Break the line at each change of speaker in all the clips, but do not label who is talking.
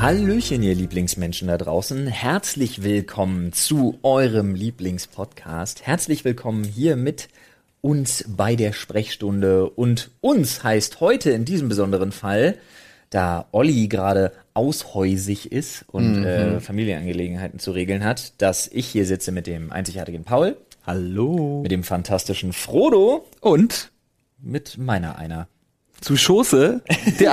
Hallöchen, ihr Lieblingsmenschen da draußen. Herzlich willkommen zu eurem Lieblingspodcast. Herzlich willkommen hier mit uns bei der Sprechstunde. Und uns heißt heute in diesem besonderen Fall, da Olli gerade aushäusig ist und
Mhm.
äh, Familienangelegenheiten zu regeln hat, dass ich hier sitze mit dem einzigartigen Paul,
Hallo.
mit dem fantastischen Frodo,
Und
mit meiner einer. Ah,
zu Schoße der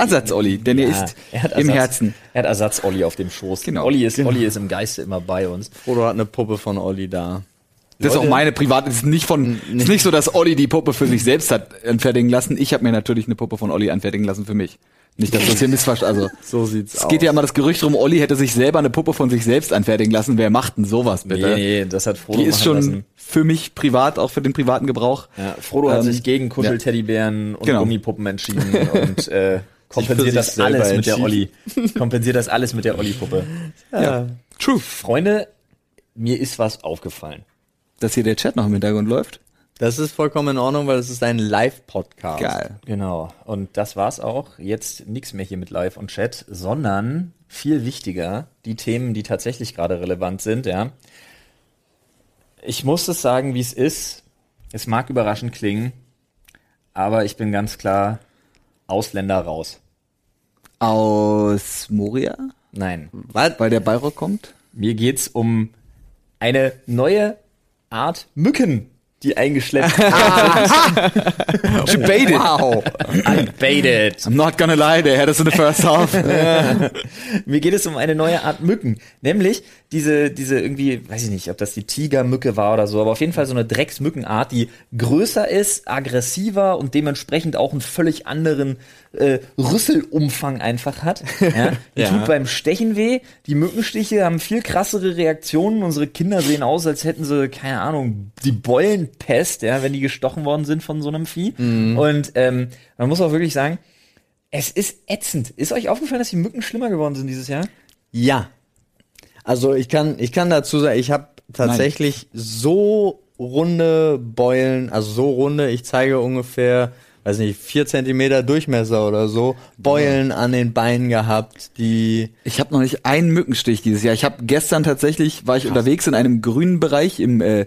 Ansatz, Olli, denn er ist im Herzen.
Er hat Ersatz Olli auf dem Schoß.
Genau.
Olli, ist,
Genau.
Olli ist im Geiste immer bei uns.
Frodo hat eine Puppe von Olli da.
Das ist auch
Leute-
meine private, ist nicht von, ist nicht so, dass Olli die Puppe für sich selbst hat anfertigen lassen. Ich habe mir natürlich eine Puppe von Olli anfertigen lassen für mich. Nicht, dass das hier missverstanden, also.
So sieht's
Es geht ja immer das Gerücht rum, Olli hätte sich selber eine Puppe von sich selbst anfertigen lassen. Wer macht denn sowas bitte?
Nee, nee, das hat Frodo
die ist
machen
schon
lassen.
für mich privat, auch für den privaten Gebrauch.
Ja, Frodo hat
Ähm,
sich gegen Kuschelteddybären und
Genau.
Gummipuppen entschieden und äh,
sich
kompensiert das
selber
alles mit der Olli.
entschieden.
Kompensiert das alles mit der Olli-Puppe.
Ja. True.
Freunde, mir ist was aufgefallen.
Dass hier der Chat noch im Hintergrund läuft.
Das ist vollkommen in Ordnung, weil das ist ein Live-Podcast.
Geil.
Genau. Und das war's auch. Jetzt nichts mehr hier mit Live und Chat, sondern viel wichtiger die Themen, die tatsächlich gerade relevant sind. Ja. Ich muss es sagen, wie es ist. Es mag überraschend klingen, aber ich bin ganz klar Ausländer raus.
Aus Moria,
Nein.
Was?
weil der Bayrock kommt.
Mir geht's um eine neue Art Mücken, die eingeschleppt
Debated. Wow.
baitet.
I'm not gonna lie, der Herr ist in the first half.
Mir geht es um eine neue Art Mücken, nämlich diese diese irgendwie, weiß ich nicht, ob das die Tigermücke war oder so, aber auf jeden Fall so eine Drecksmückenart, die größer ist, aggressiver und dementsprechend auch einen völlig anderen äh, Rüsselumfang einfach hat. Ja? Die
Ja.
tut beim Stechen weh. Die Mückenstiche haben viel krassere Reaktionen. Unsere Kinder sehen aus, als hätten sie, keine Ahnung, die Beulenpest, ja, wenn die gestochen worden sind von so einem Vieh. Und ähm, man muss auch wirklich sagen, es ist ätzend. Ist euch aufgefallen, dass die Mücken schlimmer geworden sind dieses Jahr?
Ja. Also ich kann, ich kann dazu sagen, ich habe tatsächlich so runde Beulen, also so runde, ich zeige ungefähr, weiß nicht, vier Zentimeter Durchmesser oder so, Beulen an den Beinen gehabt, die
Ich habe noch nicht einen Mückenstich dieses Jahr. Ich habe gestern tatsächlich, war ich unterwegs in einem grünen Bereich im, äh,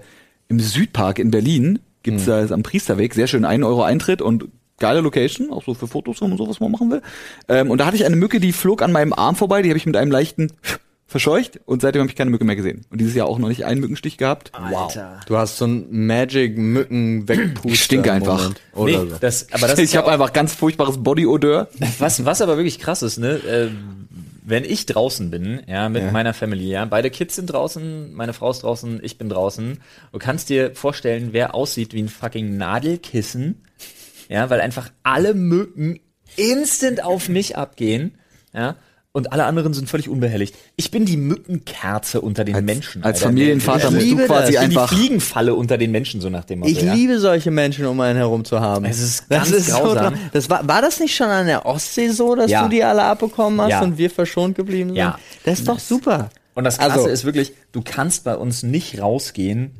im Südpark in Berlin. Gibt's da ist am Priesterweg, sehr schön, 1 Euro Eintritt und geile Location, auch so für Fotos und so, was man machen will. Ähm, und da hatte ich eine Mücke, die flog an meinem Arm vorbei, die habe ich mit einem leichten verscheucht und seitdem habe ich keine Mücke mehr gesehen. Und dieses Jahr auch noch nicht einen Mückenstich gehabt.
Alter.
Du hast so ein Magic Mücken wegpusten.
Ich stinke einfach.
Oder
nee,
so.
das, aber das ist
ich habe einfach ganz furchtbares Body-Odeur.
Was, was aber wirklich krass ist, ne? Äh, wenn ich draußen bin, ja, mit meiner Family, ja, beide Kids sind draußen, meine Frau ist draußen, ich bin draußen. Du kannst dir vorstellen, wer aussieht wie ein fucking Nadelkissen, ja, weil einfach alle Mücken instant auf mich abgehen, ja, und alle anderen sind völlig unbehelligt. Ich bin die Mückenkerze unter den Menschen.
als
Alter.
Familienvater
ich
bist du
liebe
quasi
das. Ich bin
einfach-
die Fliegenfalle unter den Menschen, so nach dem Motto.
Ich
ja.
liebe solche Menschen um einen herum zu haben.
Es ist ganz grausam.
dra- das war, war das nicht schon an der Ostsee so, dass
Ja.
du die alle abbekommen hast
Ja.
und wir verschont geblieben sind?
Ja.
Das ist doch super.
Und das Krasse
Also-
ist wirklich, du kannst bei uns nicht rausgehen,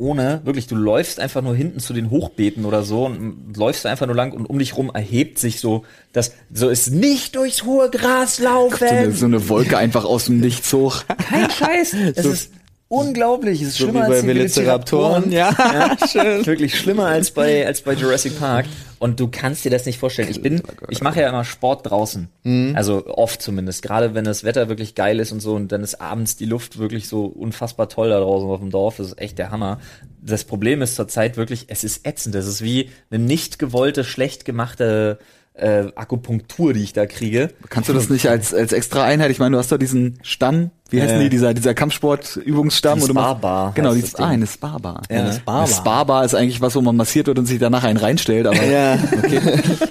ohne, wirklich, du läufst einfach nur hinten zu den Hochbeeten oder so und läufst da einfach nur lang und um dich rum erhebt sich so, dass so ist nicht durchs hohe Gras laufen.
So eine, so eine Wolke einfach aus dem Nichts hoch.
Kein Scheiß. Es ist unglaublich. Es ist
So wie
schlimmer als
bei
die
Velociraptoren.
Velociraptoren.
Ja, schön.
Wirklich schlimmer als bei, als bei Jurassic Park. Und du kannst dir das nicht vorstellen. Ich
Oh
bin, ich mache ja immer Sport draußen.
Mhm.
Also oft zumindest. Gerade wenn das Wetter wirklich geil ist und so und dann ist abends die Luft wirklich so unfassbar toll da draußen auf dem Dorf. Das ist echt der Hammer. Das Problem ist zurzeit wirklich, es ist ätzend. Das ist wie eine nicht gewollte, schlecht gemachte äh, Akupunktur, die ich da kriege.
Kannst du das nicht als, als extra Einheit? Ich meine, du hast doch diesen Stamm, wie heißen
Ja.
die, dieser, dieser Kampfsportübungsstamm?
Die
und du machst-
Spa-Bar
Genau,
heißt
die
das
Spa,
Ding.
eine Spa-Bar.
Ja, eine Spa-Bar.
Spa-Bar ist eigentlich was, wo man massiert wird und sich danach einen reinstellt, aber
Ja.
okay.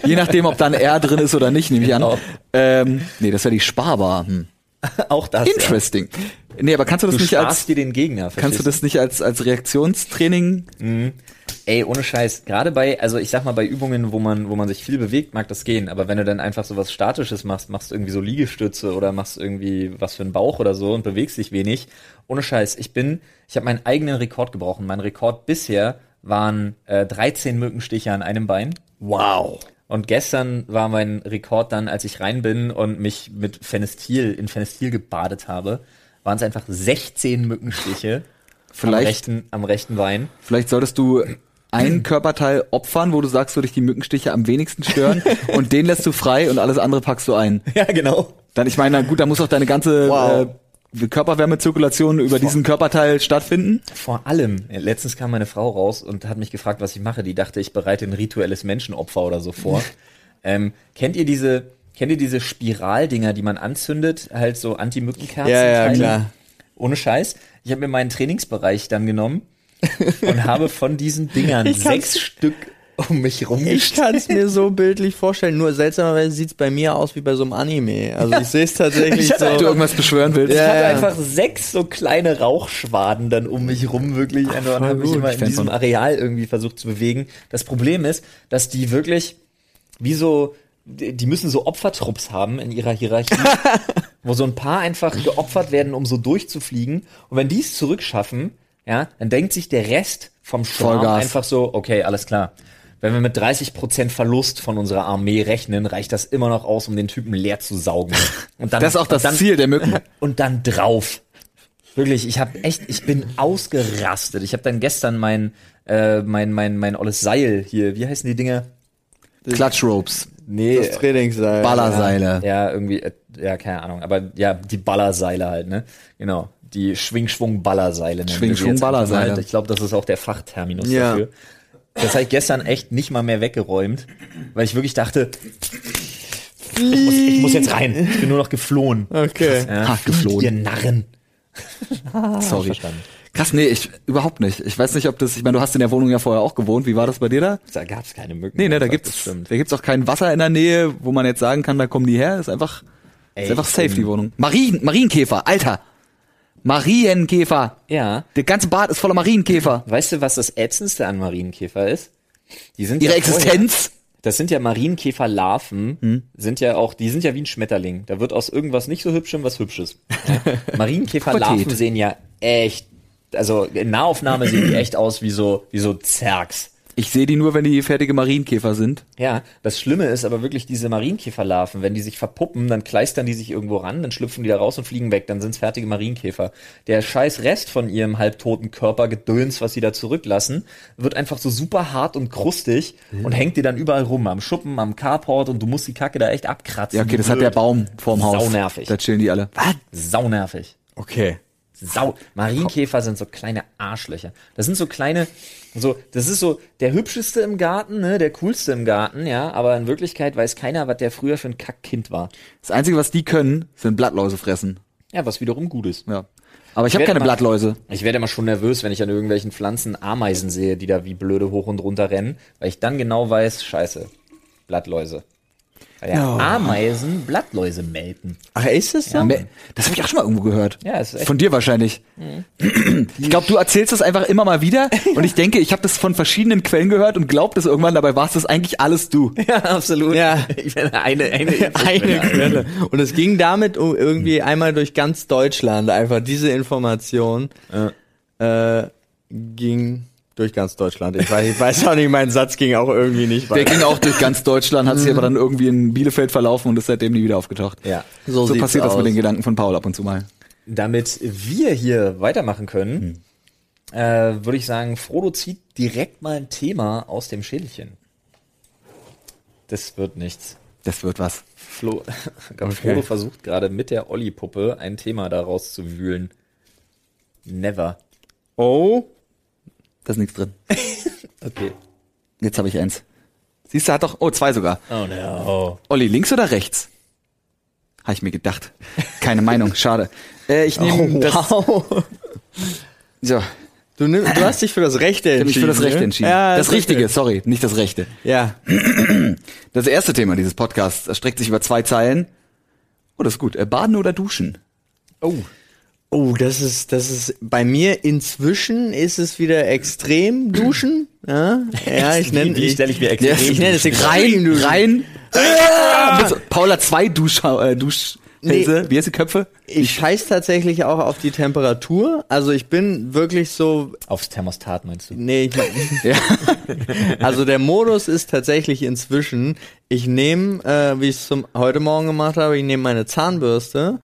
je nachdem, ob da ein R drin ist oder nicht, nehme ich an.
Genau.
Ähm, nee, das wäre die Spa-Bar. Hm.
Auch das. Ja.
Interesting. Nee, aber kannst du das
Du
nicht als,
sparst dir den Gegner.
kannst du das nicht als, als Reaktionstraining?
Ey, ohne Scheiß. Gerade bei, also ich sag mal, bei Übungen, wo man, wo man sich viel bewegt, mag das gehen. Aber wenn du dann einfach so was Statisches machst, machst irgendwie so Liegestütze oder machst irgendwie was für einen Bauch oder so und bewegst dich wenig. Ohne Scheiß. Ich bin, ich habe meinen eigenen Rekord gebrochen. Mein Rekord bisher waren äh, 13 Mückenstiche an einem Bein.
Wow.
Und gestern war mein Rekord dann, als ich rein bin und mich mit Fenestil in Fenestil gebadet habe, waren es einfach 16 Mückenstiche am,
Vielleicht,
rechten, am rechten Bein.
vielleicht solltest du einen Körperteil opfern, wo du sagst, wo dich die Mückenstiche am wenigsten stören und den lässt du frei und alles andere packst du ein.
Ja, genau.
Dann, ich meine, na gut, da muss auch deine ganze
Wow.
äh, Körperwärmezirkulation über diesen Körperteil stattfinden.
Vor allem, äh, letztens kam meine Frau raus und hat mich gefragt, was ich mache. Die dachte, ich bereite ein rituelles Menschenopfer oder so vor. ähm, kennt ihr diese, kennt ihr diese Spiraldinger, die man anzündet? Halt so Anti-Mückenkerzen?
Ja, ja,
Teile?
klar.
Ohne Scheiß. Ich habe mir meinen Trainingsbereich dann genommen und habe von diesen Dingern
Ich kann's-
sechs Stück um mich
Ich
rumgestellt.
kann es mir so bildlich vorstellen. Nur seltsamerweise sieht es bei mir aus wie bei so einem Anime. Also ich sehe es tatsächlich
Ich hatte
Wenn du
so.
irgendwas beschwören willst.
Ich
Ja,
hatte
ja.
einfach sechs so kleine Rauchschwaden dann um mich rum, wirklich. und dann habe ich
gut.
immer
Ich
in
fänd's
diesem
auch-
Areal irgendwie versucht zu bewegen. Das Problem ist, dass die wirklich wie so, die die müssen so Opfertrupps haben in ihrer Hierarchie, wo so ein paar einfach geopfert werden, um so durchzufliegen. Und wenn die es zurückschaffen, ja, dann denkt sich der Rest vom Schwarm
Vollgas.
einfach so, okay, alles klar. Wenn wir mit 30% Verlust von unserer Armee rechnen, reicht das immer noch aus, um den Typen leer zu saugen. Und dann,
Das ist auch das
dann,
Ziel der Mücken.
und dann drauf. Wirklich, ich habe echt, ich bin ausgerastet. Ich habe dann gestern mein, äh, mein, mein, mein olles Seil hier, wie heißen die Dinger?
Klatschropes,
Nee,
Das Trainingsseil.
Ballerseile.
ja, irgendwie, äh, ja, keine Ahnung, aber ja, die Ballerseile halt, ne? Genau, die Schwing-Schwung-Ballerseile. nennen wir sie
Schwing-Schwung,
jetzt einfach mal.
Ballerseile.
Ich glaube, das ist auch der Fachterminus
Ja.
dafür. Das habe ich gestern echt nicht mal mehr weggeräumt, weil ich wirklich dachte, ich muss, ich muss jetzt rein. Ich bin nur noch geflohen.
Okay.
Ja,
Ha,
flieht,
geflohen.
Ihr Narren.
Sorry.
verstanden.
Krass, nee, ich überhaupt nicht. Ich weiß nicht, ob das. Ich meine, du hast in der Wohnung ja vorher auch gewohnt. Wie war das bei dir da?
Da gab es keine Mücken.
Nee, ne, da
einfach,
gibt's,
das stimmt.
da gibt's auch kein Wasser in der Nähe, wo man jetzt sagen kann, da kommen die her. Ist einfach,
Ey,
ist einfach
ich
safe,
bin-
die Wohnung. Marien, Marienkäfer, Alter. Marienkäfer.
Ja.
Der ganze Bad ist voller Marienkäfer.
Weißt du, was das Ätzendste an Marienkäfer ist? Die sind
Ihre
ja vorher-
Existenz. Hm.
Das sind ja Marienkäferlarven, sind ja auch, die sind ja wie ein Schmetterling. Da wird aus irgendwas nicht so hübschem was Hübsches. Ja. Marienkäferlarven
Pubertät.
sehen ja echt, also in Nahaufnahme sehen die echt aus wie so, wie so Zergs.
Ich sehe die nur, wenn die fertige Marienkäfer sind.
Ja, das Schlimme ist aber wirklich diese Marienkäferlarven, wenn die sich verpuppen, dann kleistern die sich irgendwo ran, dann schlüpfen die da raus und fliegen weg, dann sind's fertige Marienkäfer. Der scheiß Rest von ihrem halbtoten Körper gedöns, was sie da zurücklassen, wird einfach so super hart und krustig
Mhm.
und hängt dir dann überall rum, am Schuppen, am Carport und du musst die Kacke da echt abkratzen.
Ja, okay,
du
das hat der
blöd.
Baum vorm Haus.
Saunervig.
Da chillen die alle. Was?
Saunervig.
Okay.
Sau. Marienkäfer sind so kleine Arschlöcher. Das sind so kleine, so, das ist so der hübscheste im Garten, ne, der coolste im Garten, ja, aber in Wirklichkeit weiß keiner, was der früher für ein Kackkind war.
Das Einzige, was die können, sind Blattläuse fressen.
Ja, was wiederum gut ist.
Ja. Aber ich habe
werd
keine
mal-
Blattläuse.
Ich werde immer schon nervös, wenn ich an irgendwelchen Pflanzen Ameisen sehe, die da wie blöde hoch und runter rennen, weil ich dann genau weiß, scheiße, Blattläuse. Weil ja,
Ja.
Ameisen Blattläuse melken.
Ach, ist das so?
Me- Das habe ich auch schon mal irgendwo gehört.
Ja, ist echt-
Von dir wahrscheinlich. Ich glaube, du erzählst das einfach immer mal wieder und ich denke, ich habe das von verschiedenen Quellen gehört und glaub das irgendwann, dabei warst das eigentlich alles du.
Ja, absolut. Ich werde eine, eine,
Eine Quelle. Und es ging damit um irgendwie einmal durch ganz Deutschland. Einfach diese Information äh, ging durch ganz Deutschland. Ich weiß, ich weiß auch nicht, mein Satz ging auch irgendwie nicht
Der
weiter.
ging auch durch ganz Deutschland, hat sich aber dann irgendwie in Bielefeld verlaufen und ist seitdem nie wieder aufgetaucht.
Ja.
So,
sieht's
passiert das
aus.
mit den Gedanken von Paul ab und zu mal.
Damit wir hier weitermachen können,
Hm.
äh, würde ich sagen, Frodo zieht direkt mal ein Thema aus dem Schälchen. Das wird nichts.
Das wird was.
Flo, Frodo versucht gerade mit der Olli-Puppe ein Thema daraus zu wühlen. Never.
Oh.
Da ist nichts drin.
Okay.
Jetzt habe ich eins. Siehst du, hat doch. Oh, zwei sogar.
Oh no.
Olli, links oder rechts? Habe ich mir gedacht. Keine Meinung, schade. Äh, ich
Oh,
nehme das.
wow.
So,
Du, nimm, du hast dich für das Rechte
Ich habe
entschieden.
mich für das Rechte
ne?
entschieden.
Ja,
das Richtige, sorry, nicht das Rechte.
Ja.
Das erste Thema dieses Podcasts erstreckt sich über zwei Zeilen. Oh, das ist gut. Äh, Baden oder duschen?
Oh.
Oh, das ist, das ist bei mir inzwischen ist es wieder extrem duschen. Ja, ja ich nenne
die
ich,
stelle ich mir
Ja,
extrem.
ich nenne es
Duschen.
rein, rein. Äh, Paula zwei Dusch, äh, Dusch, Hälse, wie heißt die Köpfe?
Ich scheiß tatsächlich auch auf die Temperatur. Also ich bin wirklich so,
Aufs Thermostat meinst du?
nee, ich mein, also der Modus ist tatsächlich inzwischen, ich nehme, äh, wie ich es heute Morgen gemacht habe, ich nehme meine Zahnbürste,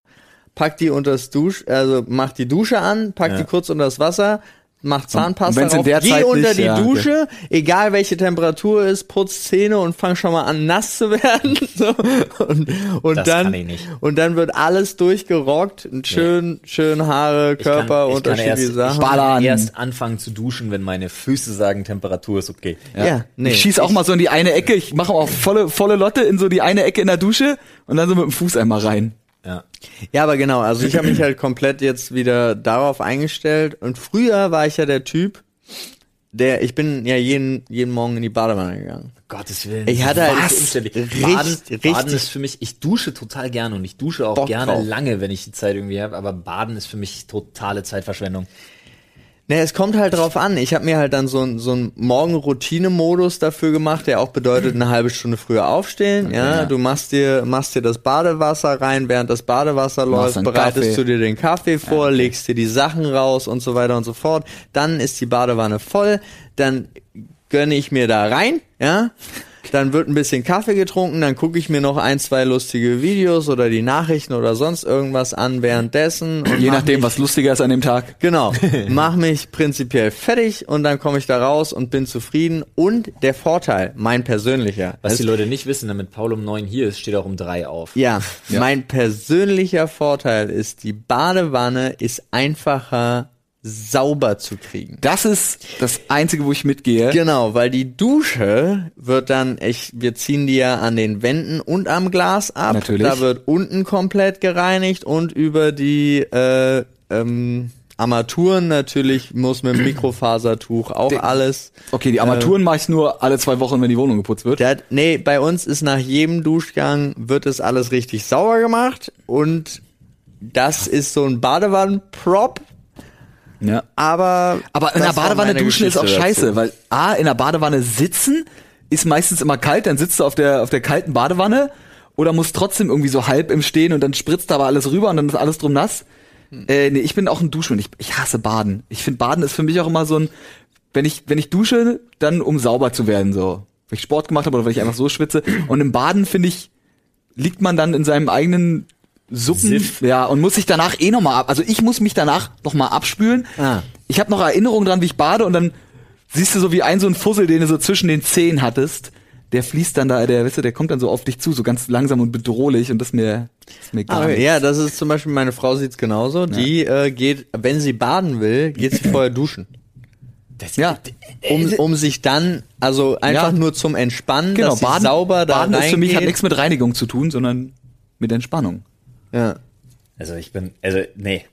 pack die unter das Dusch, also mach die Dusche an, pack
Ja.
die kurz unter das Wasser, mach
und
Zahnpasta
wenn's in
drauf,
der
geh
Zeit
unter
nicht-
die
ja, okay.
Dusche, egal welche Temperatur ist, putz Zähne und fang schon mal an nass zu werden. So. Und, und
Das
dann
kann ich nicht.
und dann wird alles durchgerockt, schön schön Haare, Körper,
ich kann
unterschiedliche
erst- ich
Sachen.
Ballern.
Erst anfangen zu duschen, wenn meine Füße sagen, Temperatur ist okay.
Ja, nee.
Ich schieß auch mal so in die eine Ecke, ich mache auch volle, volle Lotte in so die eine Ecke in der Dusche und dann so mit dem Fuß einmal rein.
Ja.
Ja, aber genau, also ich habe mich halt komplett jetzt wieder darauf eingestellt und früher war ich ja der Typ, der ich bin ja jeden jeden Morgen in die Badewanne gegangen.
Gottes Willen.
Ich hatte
Was?
halt
Umständlich.
richtig-
Baden, Baden
richtig-
ist für mich, ich dusche total gerne und ich dusche auch
Bock
gerne
drauf.
lange, wenn ich die Zeit irgendwie habe, aber Baden ist für mich totale Zeitverschwendung.
Ne, es kommt halt drauf an. Ich habe mir halt dann so ein so einen Morgenroutine-Modus dafür gemacht, der auch bedeutet, eine halbe Stunde früher aufstehen. Ja,
ja.
du machst dir machst dir das Badewasser rein, während das Badewasser läuft,
einen
bereitest
Kaffee.
du dir den Kaffee vor, legst dir die Sachen raus und so weiter und so fort. Dann ist die Badewanne voll, dann gönne ich mir da rein, ja. Dann wird ein bisschen Kaffee getrunken, dann gucke ich mir noch ein, zwei lustige Videos oder die Nachrichten oder sonst irgendwas an währenddessen. Und
Je
mach
nachdem, was lustiger ist an dem Tag.
Genau. Mach mich prinzipiell fertig und dann komme ich da raus und bin zufrieden. Und der Vorteil, mein persönlicher.
Was
ist-
die Leute nicht wissen, damit Paul um neun hier ist, steht auch um drei auf.
Also ja, mein persönlicher Vorteil ist, die Badewanne ist einfacher sauber zu kriegen.
Das ist das Einzige, wo ich mitgehe.
Genau, weil die Dusche wird dann, ich, wir ziehen die ja an den Wänden und am Glas ab.
Natürlich.
Da wird unten komplett gereinigt und über die äh, ähm, Armaturen natürlich muss mit dem Mikrofasertuch auch alles.
Okay, die Armaturen mache ich nur alle zwei Wochen, wenn die Wohnung geputzt wird.
Das, nee, bei uns ist nach jedem Duschgang wird es alles richtig sauber gemacht und das ist so ein Badewannenprop,
Ja.
aber
Aber in
das
der
war
Badewanne
meine
duschen ist auch
Geschichte
scheiße,
dazu.
weil A, in der Badewanne sitzen ist meistens immer kalt, dann sitzt du auf der, auf der kalten Badewanne oder musst trotzdem irgendwie so halb im Stehen und dann spritzt aber alles rüber und dann ist alles drum nass.
Hm.
Äh, nee, ich bin auch ein Duschhund. Ich, ich hasse Baden. Ich finde Baden ist für mich auch immer so ein, wenn ich, wenn ich dusche, dann um sauber zu werden, so. Wenn ich Sport gemacht habe oder wenn ich einfach so schwitze. Und im Baden finde ich, liegt man dann in seinem eigenen Suppen,
Siff.
ja, und muss sich danach eh nochmal ab, also ich muss mich danach nochmal abspülen.
Ah.
Ich habe noch Erinnerungen dran, wie ich bade und dann siehst du so wie ein so ein Fussel, den du so zwischen den Zehen hattest, der fließt dann da, der, weißt du, der kommt dann so auf dich zu, so ganz langsam und bedrohlich und das ist mir, das ist mir gar
Ah,
nicht.
ja, das ist zum Beispiel, meine Frau sieht's genauso. Die äh, geht, wenn sie baden will, geht sie vorher duschen.
Das,
Ja.
Um, um sich dann, also einfach
Äh, Ja.
nur zum Entspannen,
Genau,
dass sie
Baden,
sauber da
Baden ist für mich halt hat
reingeht.
nichts mit Reinigung zu tun, sondern mit Entspannung.
ja.
Also ich bin, also nee.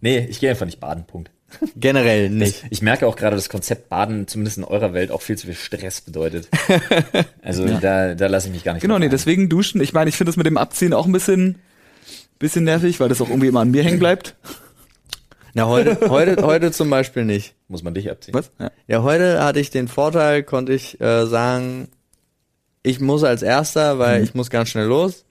Nee, ich gehe einfach nicht baden, Punkt.
Generell nicht.
Ich merke auch gerade, das Konzept Baden, zumindest in eurer Welt, auch viel zu viel Stress bedeutet. Also da, da lasse ich mich gar nicht
Genau,
drauf
nee,
ein.
deswegen duschen. Ich meine, ich finde das mit dem Abziehen auch ein bisschen, bisschen nervig, weil das auch irgendwie immer an mir hängen bleibt.
Na, heute, heute, heute zum Beispiel nicht.
Muss man dich abziehen.
Was? Ja.
Ja, heute hatte ich den Vorteil, konnte ich äh, sagen, ich muss als Erster, weil ich muss ganz schnell los.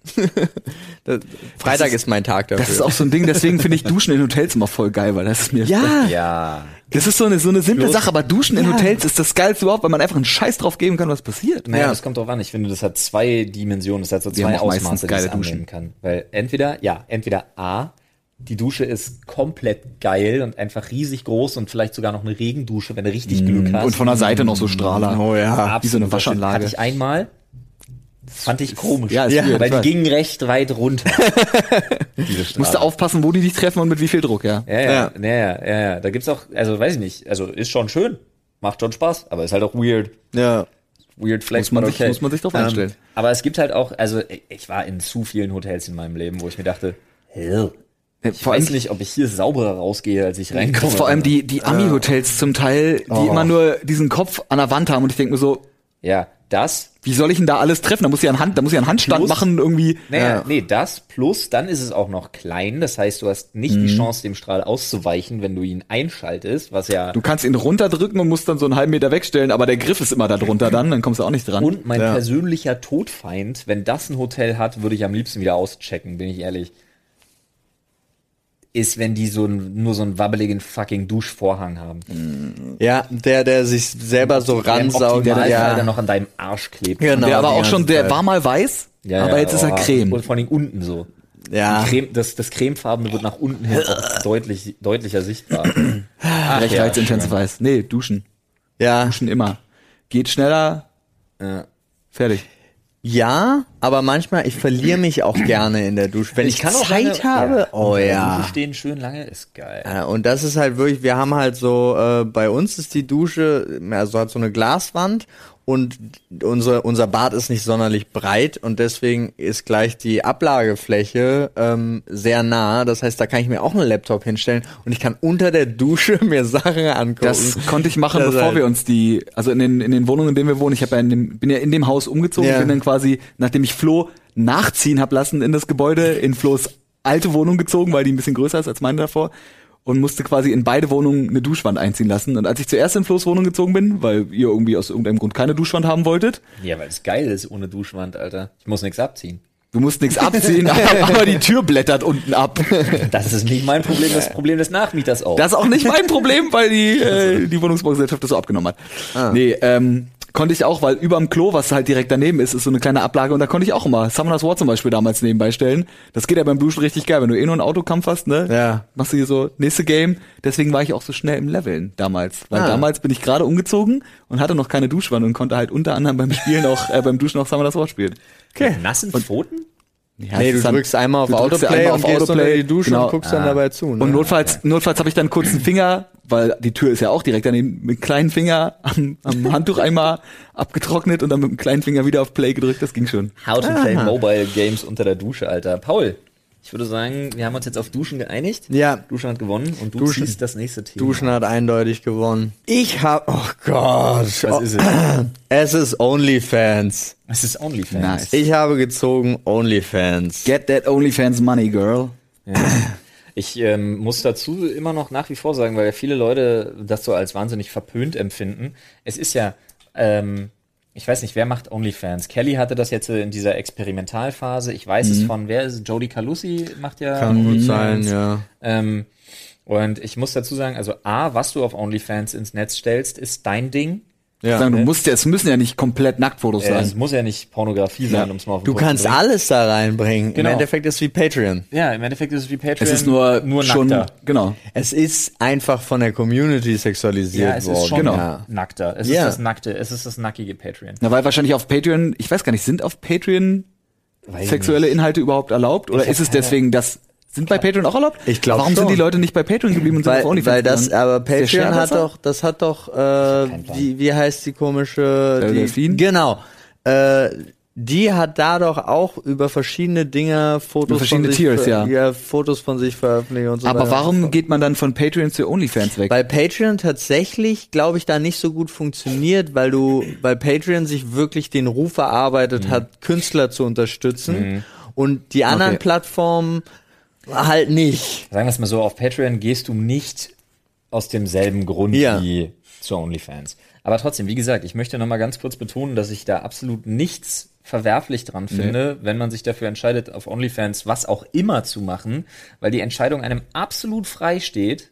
das, Freitag ist, mein Tag dafür.
Das ist auch so ein Ding, deswegen finde ich Duschen in Hotels immer voll geil, weil das ist mir.
ja,
Ja.
Das ist so eine, so eine simple
Bloß-
Sache, aber Duschen in
Ja.
Hotels ist das geilste überhaupt, weil man einfach einen Scheiß drauf geben kann, was passiert.
Naja,
Ja.
das kommt drauf an. Ich finde, das hat zwei Dimensionen, das hat so
haben
zwei
auch
Ausmaße,
meistens
die es
geile
annehmen
Duschen.
kann. Weil entweder, ja, entweder A, die Dusche ist komplett geil und einfach riesig groß und vielleicht sogar noch eine Regendusche, wenn du richtig Glück hast.
Mm,
Mhm.
Und von der Seite noch so Strahler.
Oh ja.
Wie so
Absolut.
eine
Hatte
Waschanlage.
ich einmal. Fand ich komisch.
ja, ist
ja,
weird,
weil
ich
die
weiß.
gingen recht weit runter. Diese
Musst du
Strahlen.
aufpassen, wo die dich treffen und mit wie viel Druck, ja.
Ja, ja, ja, ja, ja, ja. Da gibt's auch, also weiß ich nicht, also ist schon schön, macht schon Spaß, aber ist halt auch weird.
ja.
Weird Flex,
Muss man
but
sich- muss man sich drauf einstellen.
Aber es gibt halt auch, also ich- ich war in zu vielen Hotels in meinem Leben, wo ich mir dachte, "Hell, ich
vor
weiß
allem-
nicht, ob ich hier sauberer rausgehe, als ich reinkomme.
Äh. Oh.
Vor allem die, die Ami-Hotels zum Teil, die immer nur diesen Kopf an der Wand haben und ich denke mir so,
Ja, das
Wie soll ich denn da alles treffen? Da muss ich einen Hand, da muss ich einen Handstand
Plus-
machen irgendwie.
Naja,
Ja.
nee, das plus, dann ist es auch noch klein. Das heißt, du hast nicht
Mhm.
die Chance, dem Strahl auszuweichen, wenn du ihn einschaltest, was ja.
Du kannst ihn runterdrücken und musst dann so einen halben Meter wegstellen, aber der Griff ist immer da drunter dann, dann kommst du auch nicht dran.
und mein
Ja.
persönlicher Todfeind, wenn das ein Hotel hat, würde ich am liebsten wieder auschecken, bin ich ehrlich. Ist, wenn die so ein, nur so einen wabbeligen fucking Duschvorhang haben.
Ja, der, der sich selber so ransaugt.
der,
ja.
der noch an deinem Arsch klebt.
Genau,
der aber
die
auch schon,
ganze
der
Zeit.
war mal weiß, aber jetzt ist er
halt oh.
Creme.
Und vor allem unten so.
Ja.
Die Creme, das, das cremefarbene wird nach unten hin auch deutlich, deutlicher sichtbar. Ach,
Recht
ja,
ja, intensifies. Nee, duschen.
Ja.
Duschen immer. Geht schneller,
Ja.
fertig.
ja, aber manchmal, ich verliere mich auch gerne in der Dusche. Wenn ich, Zeit habe, oh ja.
Dusche stehen schön lange ist geil.
Ja, Und das ist halt wirklich, wir haben halt so, äh, bei uns ist die Dusche, also hat so eine Glaswand und unser, unser Bad ist nicht sonderlich breit und deswegen ist gleich die Ablagefläche ähm, sehr nah. Das heißt, da kann ich mir auch einen Laptop hinstellen und ich kann unter der Dusche mir Sachen angucken.
Das konnte ich machen,
Das
bevor
halt-
wir uns die, also in den, in den Wohnungen, in denen wir wohnen, ich hab ja in dem, bin ja in dem Haus umgezogen,
Ja.
bin dann quasi, nachdem ich Flo nachziehen hab lassen in das Gebäude, in Flohs alte Wohnung gezogen, weil die ein bisschen größer ist als meine davor und musste quasi in beide Wohnungen eine Duschwand einziehen lassen. Und als ich zuerst in Flohs Wohnung gezogen bin, weil ihr irgendwie aus irgendeinem Grund keine Duschwand haben wolltet,
Ja, weil es geil ist ohne Duschwand, Alter. Ich muss nichts abziehen.
du musst nichts abziehen, aber, aber die Tür blättert unten ab.
Das ist nicht mein Problem, das Problem des Nachmieters auch.
Das ist auch nicht mein Problem, weil die,
Also.
äh, die Wohnungsbaugesellschaft das so abgenommen hat.
Ah.
Nee, ähm, konnte ich auch, weil überm Klo, was halt direkt daneben ist, ist so eine kleine Ablage und da konnte ich auch immer Summoner's War zum Beispiel damals nebenbei stellen. Das geht ja beim Duschen richtig geil, wenn du eh nur einen Autokampf hast, ne?
Ja.
Machst du hier so, nächste Game. Deswegen war ich auch so schnell im Leveln damals. Weil
Ah.
damals bin ich gerade umgezogen und hatte noch keine Duschwanne und konnte halt unter anderem beim Spielen auch, äh, beim Duschen auch Summoner's War spielen.
okay. Nassen Pfoten?
Ja,
nee,
das
du
ist dann-
drückst einmal auf
du drückst
Autoplay
einmal
und gehst unter die Dusche
genau.
und guckst dann dabei zu. Ne?
Und notfalls, notfalls habe ich dann kurz einen Finger, weil die Tür ist ja auch direkt daneben, mit einem kleinen Finger am, am Handtuch einmal abgetrocknet und dann mit dem kleinen Finger wieder auf Play gedrückt, das ging schon.
How to play mobile games unter der Dusche, Alter. Paul, ich würde sagen, wir haben uns jetzt auf Duschen geeinigt.
Ja.
Duschen hat gewonnen und du
Duschen.
ziehst das nächste Thema.
Duschen hat eindeutig gewonnen. Ich hab, oh Gott.
Oh.
Was ist es?
Es ist OnlyFans.
Es ist OnlyFans.
Nice.
Ich habe gezogen OnlyFans.
Get that OnlyFans money, girl.
Ich ähm, muss dazu immer noch nach wie vor sagen, weil ja viele Leute das so als wahnsinnig verpönt empfinden. Es ist ja, ähm, ich weiß nicht, wer macht OnlyFans? Kelly hatte das jetzt äh, in dieser Experimentalphase. Ich weiß
Mhm.
es von, wer ist es? Jodie Calusi macht ja OnlyFans.
ja.
Ähm, und ich muss dazu sagen, also A, was du auf OnlyFans ins Netz stellst, ist dein Ding.
ja.
Sagen, du musst ja, es müssen ja nicht komplett Nacktfotos
Äh, es
sein.
muss ja nicht Pornografie sein,
Ja.
um es mal auf den
Du
Punkt
kannst
zu bringen.
alles da reinbringen.
Genau.
Im Endeffekt ist es wie Patreon.
Ja, im Endeffekt ist es wie Patreon.
Es ist nur,
nur
schon,
nackter.
genau.
Es ist einfach von der Community sexualisiert
Ja, es
worden.
ist schon
Genau.
Ja.
nackter. Es
Ja.
ist das nackte, es ist das nackige Patreon.
Na, weil wahrscheinlich auf Patreon, ich weiß gar nicht, sind auf Patreon
Weiß
sexuelle Inhalte überhaupt erlaubt? Oder
Ich hab
ist es
keine-
deswegen das, sind bei Patreon auch erlaubt?
Ich glaub
Warum
schon.
sind die Leute nicht bei Patreon geblieben und sind
Weil,
auf OnlyFans
weil das,
gegangen?
aber
Ist der Share
Patreon hat
besser?
doch, das hat doch,
keinen
äh,
Plan.
die, wie heißt die komische,
Äh,
die,
Delfin?
genau, äh, die hat da doch auch über verschiedene Dinge Fotos
verschiedene
von sich,
Tiers,
ver-
ja.
Fotos von sich veröffentlicht und so
Aber
weiter.
warum geht man dann von Patreon zu OnlyFans weg?
Weil Patreon tatsächlich, glaube ich, da nicht so gut funktioniert, weil du, weil Patreon sich wirklich den Ruf
Mhm.
erarbeitet hat, Künstler zu unterstützen und die anderen
Okay.
Plattformen halt nicht.
Sagen wir es mal so, auf Patreon gehst du nicht aus demselben Grund
Ja.
wie zu OnlyFans. Aber trotzdem, wie gesagt, ich möchte nochmal ganz kurz betonen, dass ich da absolut nichts verwerflich dran finde, wenn man sich dafür entscheidet, auf OnlyFans was auch immer zu machen, weil die Entscheidung einem absolut frei steht.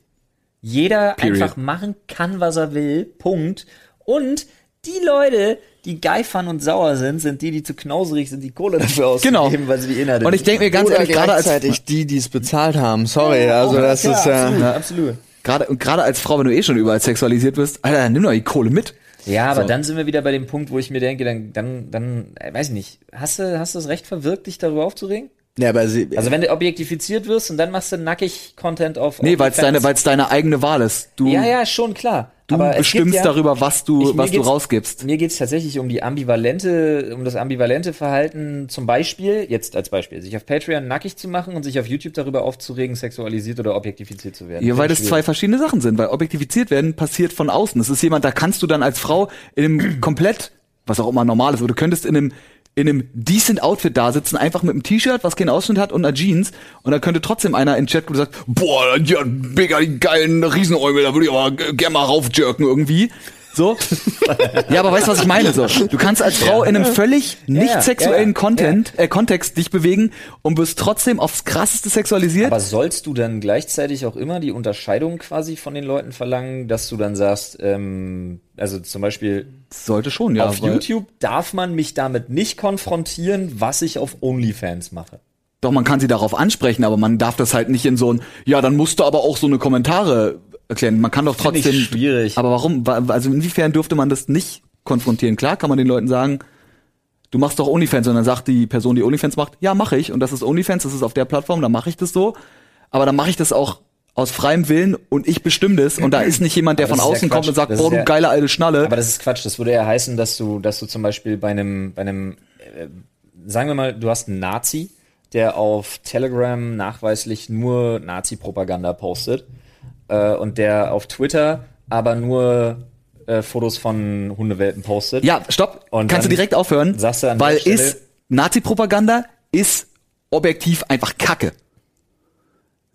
Jeder
Period.
einfach machen kann, was er will. Punkt. Und die Leute, die geifern und sauer sind, sind die, die zu knauserig sind, die Kohle dafür ausgeben,
Genau.
weil sie die Inhalte
Und ich denke mir ganz ehrlich, gerade als,
die, die es bezahlt haben. Sorry, also das ist
ja.
ja.
Absolut, absolut.
gerade, und gerade als Frau, wenn du eh schon überall sexualisiert wirst, Alter, nimm doch die Kohle mit.
Ja, aber dann sind wir wieder bei dem Punkt, wo ich mir denke, dann, dann, dann, äh, weiß ich nicht, hast du, hast du das Recht verwirkt, dich darüber aufzuregen?
Ja, aber sie,
Also wenn du objektifiziert wirst und dann machst du nackig Content auf.
Nee,
auf
weil es
Fans.
deine, weil's deine eigene Wahl ist. Du,
Ja, ja, schon klar.
du
aber es
bestimmst
gibt ja,
darüber, was
Ich-
du,
mir
was du
geht's-
rausgibst.
Mir geht's tatsächlich um die ambivalente, um das ambivalente Verhalten, zum Beispiel, jetzt als Beispiel, sich auf Patreon nackig zu machen und sich auf YouTube darüber aufzuregen, sexualisiert oder objektifiziert zu werden.
Ja, weil
Find
das
ich
zwei verschiedene Sachen sind, weil objektifiziert werden passiert von außen. Es ist jemand, da kannst du dann als Frau in einem komplett was auch immer normal ist. Aber du könntest in einem, in einem decent Outfit da sitzen, einfach mit einem T-Shirt, was keinen Ausschnitt hat und einer Jeans. Und dann könnte trotzdem einer in den Chat gesagt, boah, ja, mega die geilen Riesenäumel, da würde ich aber g- gerne mal raufjerken irgendwie. So. ja, aber weißt du, was ich meine? So. Du kannst als Frau in einem völlig nicht sexuellen Content, Äh, Kontext dich bewegen und wirst trotzdem aufs krasseste sexualisiert.
Aber sollst du dann gleichzeitig auch immer die Unterscheidung quasi von den Leuten verlangen, dass du dann sagst, ähm, also zum Beispiel
Sollte schon, ja.
auf
weil-
YouTube darf man mich damit nicht konfrontieren, was ich auf OnlyFans mache.
Doch, man kann sie darauf ansprechen, aber man darf das halt nicht in so ein, ja, dann musst du aber auch so eine Kommentare erklären. Man kann doch
Find ich
trotzdem.
schwierig.
Aber warum? Wa- Also inwiefern dürfte man das nicht konfrontieren? Klar kann man den Leuten sagen, du machst doch Onlyfans und dann sagt die Person, die Onlyfans macht, ja, mache ich und das ist Onlyfans, das ist auf der Plattform, dann mache ich das so. Aber dann mache ich das auch aus freiem Willen und ich bestimme das und da ist nicht jemand, der
Aber
von
das ist ja
außen kommt
Quatsch.
und sagt,
Das
boah,
ist
du
ja-
geile alte Schnalle.
Aber das ist Quatsch. Das würde ja heißen, dass du, dass du zum Beispiel bei einem, bei einem, äh, sagen wir mal, du hast einen Nazi, der auf Telegram nachweislich nur Nazi-Propaganda postet äh, und der auf Twitter aber nur äh, Fotos von Hundewelpen postet.
Ja, stopp.
Und
Kannst du
dann
direkt aufhören?
sagst du an
weil
der Stelle-
ist Nazi-Propaganda ist objektiv einfach Kacke.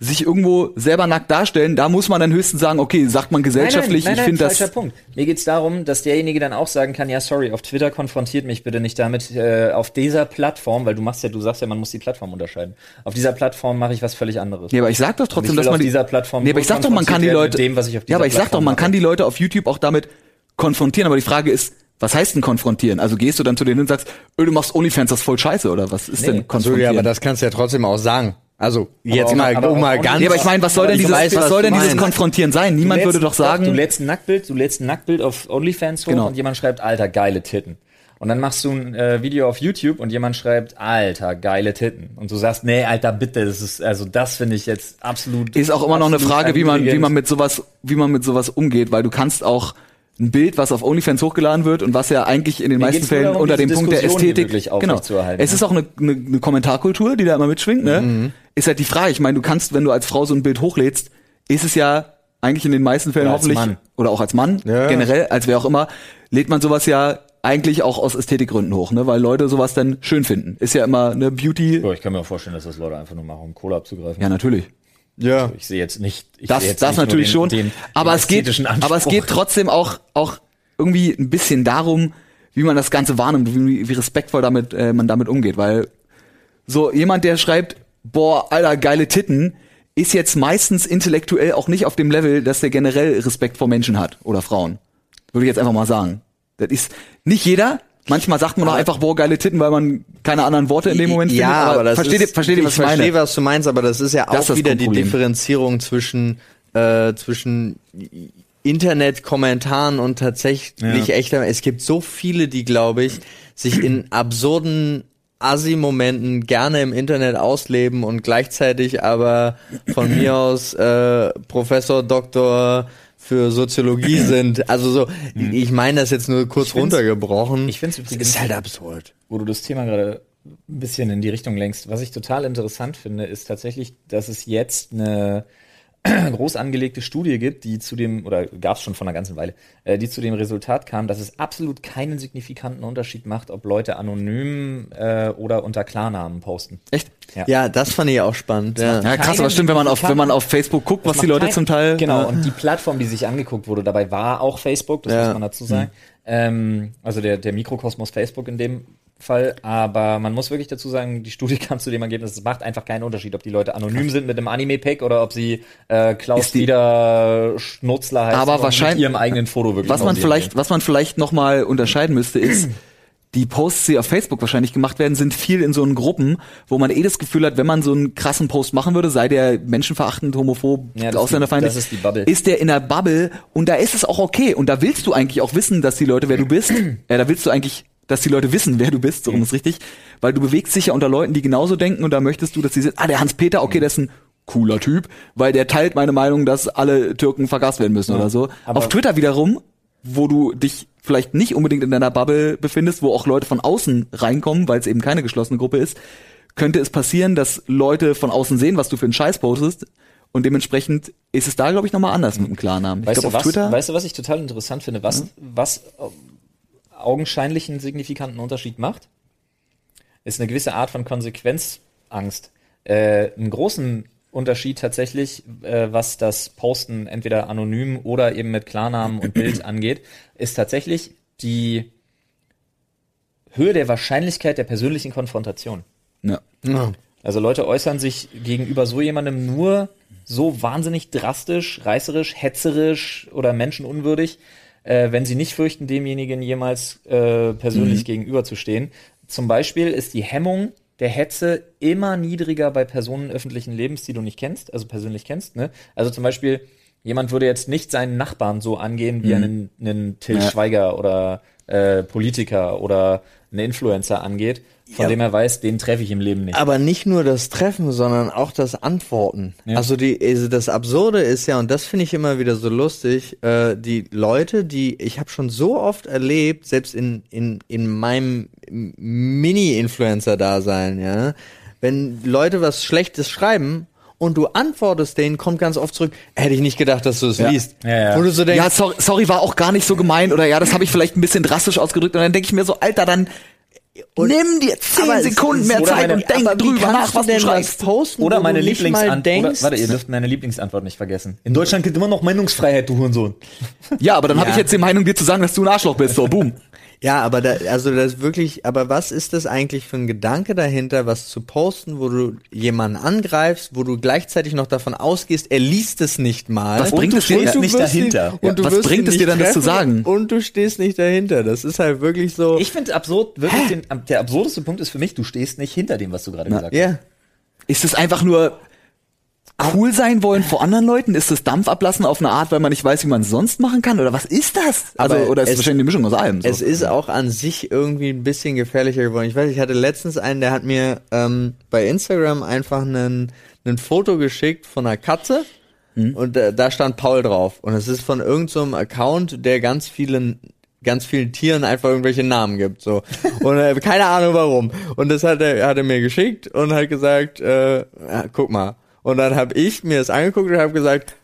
Sich irgendwo selber nackt darstellen, da muss man dann höchstens sagen, okay, sagt man gesellschaftlich,
nein, nein, nein,
ich
falscher
finde das.
Punkt. Mir geht's darum, dass derjenige dann auch sagen kann, ja, sorry, auf Twitter konfrontiert mich bitte nicht damit, äh, auf dieser Plattform, weil du machst ja, du sagst ja, man muss die Plattform unterscheiden. Auf dieser Plattform mache ich was völlig anderes.
Nee, aber ich sag doch
Und ich
trotzdem,
will
dass man
auf
die-
dieser Plattform
Nee, aber ich
nur
sag doch, man kann die
konfrontiert werden
Leute.
mit dem, was ich auf
ja,
dieser
aber ich sag doch,
Plattform
man kann
mache.
die Leute auf YouTube auch damit konfrontieren. Aber die Frage ist, was heißt denn konfrontieren? Also gehst du dann zu denen und sagst, öh, du machst Onlyfans, das ist voll scheiße, oder was ist
Nee, also
denn
So,
konfrontieren?
ja, aber das kannst du ja trotzdem auch sagen. Also, jetzt
auch-
mal,
aber
um
auch
mal
ohne-
ganz.
Nee, aber ich meine, was soll
Aber
denn
ich
dieses,
weiß,
was
was
soll
du
denn dieses
meinst.
Konfrontieren sein?
Du
Niemand
lädst-
würde doch sagen.
Du lädst ein Nacktbild, du lädst ein Nacktbild auf OnlyFans hoch
Genau.
und jemand schreibt, alter, geile Titten. Und dann machst du ein äh, Video auf YouTube und jemand schreibt, alter, geile Titten. Und du sagst, nee, alter, bitte, das ist, also das finde ich jetzt absolut.
ist auch immer noch eine
absolut
Frage, wie man, wie
erniedrigend.
man mit sowas, wie man mit sowas umgeht, weil du kannst auch ein Bild, was auf OnlyFans hochgeladen wird und was ja eigentlich in den meisten
geht's nur
Fällen
darum,
unter dem
diese
Punkt der
Diskussion hier
Ästhetik, Genau.
wirklich aufrechtzuerhalten, Mhm.
Es ist auch eine, eine, eine Kommentarkultur, die da immer mitschwingt, ne? Ist halt die Frage. Ich meine, du kannst, wenn du als Frau so ein Bild hochlädst, ist es ja eigentlich in den meisten Fällen
Oder als
hoffentlich
Mann.
oder auch als Mann
Ja.
generell, als wer auch immer, lädt man sowas ja eigentlich auch aus Ästhetikgründen hoch, ne? Weil Leute sowas dann schön finden. Ist ja immer eine Beauty.
Ja, ich kann mir auch vorstellen, dass das Leute einfach nur machen, um Kohle abzugreifen.
Ja, natürlich.
ja.
Ich sehe jetzt nicht. Ich
Das,
sehe jetzt
das
nicht nur
natürlich
den-
schon.
den-
aber,
den
es geht,
ästhetischen
aber es
Anspruch.
geht trotzdem auch, auch irgendwie ein bisschen darum, wie man das Ganze wahrnimmt, wie, wie respektvoll damit, äh, man damit umgeht. Weil so jemand, der schreibt, boah, alter, geile Titten, ist jetzt meistens intellektuell auch nicht auf dem Level, dass der generell Respekt vor Menschen hat oder Frauen. Würde ich jetzt einfach mal sagen. Das ist nicht jeder. Manchmal sagt man auch einfach, boah, geile Titten, weil man keine anderen Worte in dem Moment
ja,
findet.
aber das
versteht,
ist,
ihr, versteht ihr, was ich meine?
verstehe, was du meinst, aber das ist ja auch
Das ist das
wieder die
Grundproblem.
Differenzierung zwischen äh, zwischen Internetkommentaren und tatsächlich echter. Es gibt so viele, die glaube ich sich in absurden Assi-Momenten gerne im Internet ausleben und gleichzeitig aber von mir aus äh, Professor, Doktor für Soziologie sind. Also so,
Mhm.
ich meine das jetzt nur kurz
find's-
runtergebrochen.
ich find's
Es
übrigens-
ist halt absurd.
wo du das Thema gerade ein bisschen in die Richtung lenkst. Was ich total interessant finde, ist tatsächlich, dass es jetzt eine groß angelegte Studie gibt, die zu dem, oder gab es schon vor einer ganzen Weile, äh, die zu dem Resultat kam, dass es absolut keinen signifikanten Unterschied macht, ob Leute anonym äh, oder unter Klarnamen posten.
Echt?
Ja, das fand ich auch spannend. Ja.
Ja, krass, aber
Keinen
stimmt, wenn man auf, wenn
Signifikanten.
man auf Facebook guckt, was
Das
die
macht
Leute
kein-
zum Teil.
Genau,
äh,
und die Plattform, die sich angeguckt wurde, dabei war auch Facebook, das
Ja.
muss man dazu
Mhm.
sagen. Ähm, also der, der Mikrokosmos Facebook in dem Fall. Aber man muss wirklich dazu sagen, die Studie kam zu dem Ergebnis, es macht einfach keinen Unterschied, ob die Leute anonym sind mit einem Anime-Pack oder ob sie äh, Klaus
Ist die-
Dieter Schnutzler heißen
Aber
und
wahrscheinlich-
mit ihrem eigenen Foto wirklich.
was man
hausieren
vielleicht,
gehen.
was man vielleicht nochmal unterscheiden müsste, ist, die Posts, die auf Facebook wahrscheinlich gemacht werden, sind viel in so einen Gruppen, wo man eh das Gefühl hat, wenn man so einen krassen Post machen würde, sei der menschenverachtend,
Ja,
homophob,
das ist die-
ausländerfeindlich,
das ist die Bubble.
ist der in der Bubble und da ist es auch okay und da willst du eigentlich auch wissen, dass die Leute, wer du bist, äh, da willst du eigentlich, dass die Leute wissen, wer du bist, so rum ist richtig, weil du bewegst dich ja unter Leuten, die genauso denken und da möchtest du, dass die sind, ah, der Hans-Peter, okay, der ist ein cooler Typ, weil der teilt meine Meinung, dass alle Türken vergast werden müssen oder so.
aber-
auf Twitter wiederum wo du dich vielleicht nicht unbedingt in deiner Bubble befindest, wo auch Leute von außen reinkommen, weil es eben keine geschlossene Gruppe ist, könnte es passieren, dass Leute von außen sehen, was du für einen Scheiß postest. Und dementsprechend ist es da, glaube ich, nochmal anders mit dem Klarnamen. Ich
Weißt,
glaube,
du,
auf Hm?
was,
Twitter.
weißt du, was ich total interessant finde? Was, was äh, augenscheinlich einen signifikanten Unterschied macht, ist eine gewisse Art von Konsequenzangst. Äh, einen großen Unterschied tatsächlich, äh, was das Posten entweder anonym oder eben mit Klarnamen und Bild angeht, ist tatsächlich die Höhe der Wahrscheinlichkeit der persönlichen Konfrontation.
Ja.
Ja.
Also Leute äußern sich gegenüber so jemandem nur so wahnsinnig drastisch, reißerisch, hetzerisch oder menschenunwürdig, äh, wenn sie nicht fürchten, demjenigen jemals äh, persönlich gegenüberzustehen. Zum Beispiel ist die Hemmung der Hetze immer niedriger bei Personen öffentlichen Lebens, die du nicht kennst, also persönlich kennst. Ne? Also zum Beispiel, jemand würde jetzt nicht seinen Nachbarn so angehen, wie er einen, einen Till
Ja.
Schweiger oder äh, Politiker oder einen Influencer angeht, von
Ja.
dem er weiß, den treffe ich im Leben nicht.
Aber nicht nur das Treffen, sondern auch das Antworten. Also, die, also das Absurde ist ja, und das finde ich immer wieder so lustig, äh, die Leute, die ich habe schon so oft erlebt, selbst in, in, in meinem Mini-Influencer-Dasein, ja, wenn Leute was Schlechtes schreiben und du antwortest denen, kommt ganz oft zurück, hätte ich nicht gedacht, dass du es
Ja.
liest.
Ja, ja.
Wo du so denkst,
Ja, sorry, sorry, war auch gar nicht so gemeint oder ja, das habe ich vielleicht ein bisschen drastisch ausgedrückt und dann denke ich mir so, Alter, dann nimm dir zehn
aber es-
Sekunden
es-
mehr
oder
Zeit
meine-
und denk
aber wie
drüber
kannst
nach, was du
denn
schreibst.
posten,
Oder
wo
meine
du nicht mal
Lieblingsantwort.
denkst,
Warte, ihr dürft meine Lieblingsantwort nicht vergessen. In Deutschland gilt immer noch Meinungsfreiheit, du Hurensohn.
Ja, aber dann habe
Ja.
ich jetzt die Meinung, dir zu sagen, dass du ein Arschloch bist. So, boom.
Ja, aber da, also das wirklich, aber was ist das eigentlich für ein Gedanke dahinter, was zu posten, wo du jemanden angreifst, wo du gleichzeitig noch davon ausgehst, er liest es nicht mal.
Was
Und
bringt
du
es dir
stehst
jetzt
nicht
wirst
dahinter?
Ihn, und
Ja,
du
was
wirst
bringt
ihn
es dir
nicht
dann, das zu
treffen
sagen?
Und du stehst nicht dahinter. Das ist halt wirklich so.
Ich finde absurd, wirklich den, ab- der absurdeste Punkt ist für mich, du stehst nicht hinter dem, was du gerade gesagt
ja.
Ist es einfach nur cool sein wollen vor anderen Leuten? Ist das Dampf ablassen auf eine Art, weil man nicht weiß, wie man es sonst machen kann? Oder was ist das? Also,
Aber
oder ist
es-
es wahrscheinlich eine Mischung aus allem? So.
Es ist auch an sich irgendwie ein bisschen gefährlicher geworden. Ich weiß, ich hatte letztens einen, der hat mir ähm, bei Instagram einfach einen, einen Foto geschickt von einer Katze.
Mhm.
Und da, da stand Paul drauf. Und es ist von irgendeinem so einem Account, der ganz vielen ganz vielen Tieren einfach irgendwelche Namen gibt. So. Und äh, keine Ahnung warum. Und das hat er, hat er mir geschickt und hat gesagt, äh, ja, guck mal. Und dann habe ich mir das angeguckt und habe gesagt,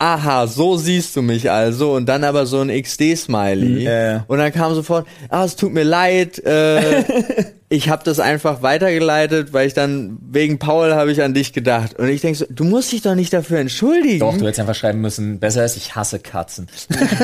aha, so siehst du mich also. Und dann aber so ein XD-Smiley.
Mhm. ja.
Und dann kam sofort, ah, es tut mir leid, äh, ich habe das einfach weitergeleitet, weil ich dann wegen Paul habe ich an dich gedacht. Und ich denke so, du musst dich doch nicht dafür entschuldigen.
Doch, du hättest einfach schreiben müssen, besser ist, ich hasse Katzen.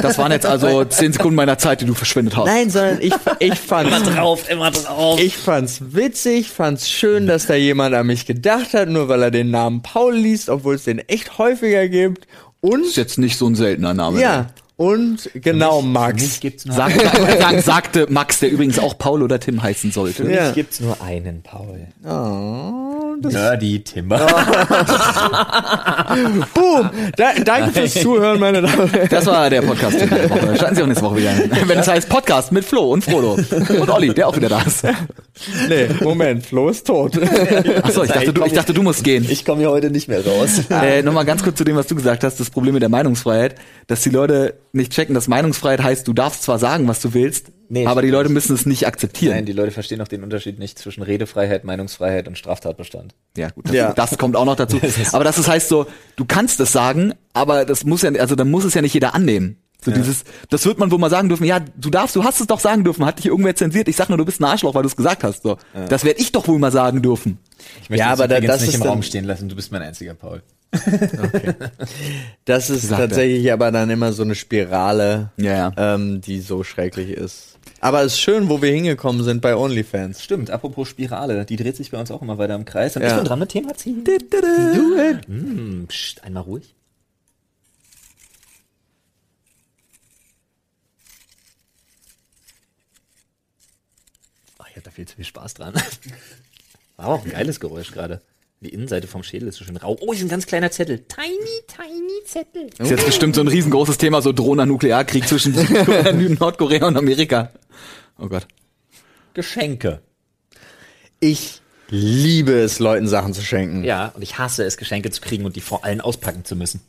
das waren jetzt also zehn Sekunden meiner Zeit, die du verschwendet hast.
Nein, sondern ich, ich fand's,
drauf, immer drauf.
ich fand's witzig, fand's schön, dass da jemand an mich gedacht hat, nur weil er den Namen Paul liest, obwohl es den echt häufiger gibt.
Ist
Und,
jetzt nicht so ein seltener
ne?
Name.
ja, und genau Max.
gibt's nur,
Sag, sag, sagte Max, der übrigens auch Paul oder Tim heißen sollte.
Ja.
gibt's nur einen, Paul. Ah,
Oh, das
Nerdy Timber.
Boom! Da, danke fürs Zuhören, meine Damen.
Das war der Podcast in der Woche. Schalten Sie auch nächste Woche wieder ein. Wenn es heißt Podcast mit Flo und Frodo und Olli, der auch wieder da ist.
Nee, Moment, Flo ist tot.
Achso, ich dachte, du, ich dachte, du musst gehen.
Ich komme hier heute nicht mehr raus.
Äh, Nochmal ganz kurz zu dem, was du gesagt hast, das Problem mit der Meinungsfreiheit, dass die Leute nicht checken, dass Meinungsfreiheit heißt, du darfst zwar sagen, was du willst,
Nee,
aber die Leute müssen es nicht akzeptieren.
Nein, die Leute verstehen auch den Unterschied nicht zwischen Redefreiheit, Meinungsfreiheit und Straftatbestand.
Ja, gut, das,
Ja.
das kommt auch noch dazu. Aber das ist, heißt so, du kannst das sagen, aber das muss ja, also dann muss es ja nicht jeder annehmen. So dieses, das wird man wohl mal sagen dürfen, ja, du darfst, du hast es doch sagen dürfen, hat dich irgendwer zensiert, ich sag nur, du bist ein Arschloch, weil du es gesagt hast. So. Das werde ich doch wohl mal sagen dürfen.
Ich möchte
Ja,
uns
aber da-
übrigens
das
nicht
ist
im
dann-
Raum stehen lassen, du bist mein einziger Paul.
Das ist
Sagt er.
tatsächlich aber dann immer so eine Spirale,
Ja, ja.
Ähm, die so schrecklich ist. Aber es ist schön, wo wir hingekommen sind bei OnlyFans.
Stimmt, apropos Spirale, die dreht sich bei uns auch immer weiter im Kreis. Und
Ja.
ich bin dran mit Thema
Hm.
10.
Do it.
Hm, pst, einmal ruhig. Ach, ich hab da viel zu viel Spaß dran. War auch ein geiles Geräusch gerade. Die Innenseite vom Schädel ist so schön rau. Oh, ist ein ganz kleiner Zettel. Tiny, tiny Zettel.
Ist jetzt bestimmt so ein riesengroßes Thema, so drohender Nuklearkrieg zwischen Südkorea, Nord- Nordkorea und Amerika. Oh Gott.
Geschenke.
Ich liebe es, Leuten Sachen zu schenken.
Ja, und ich hasse es, Geschenke zu kriegen und die vor allen auspacken zu müssen.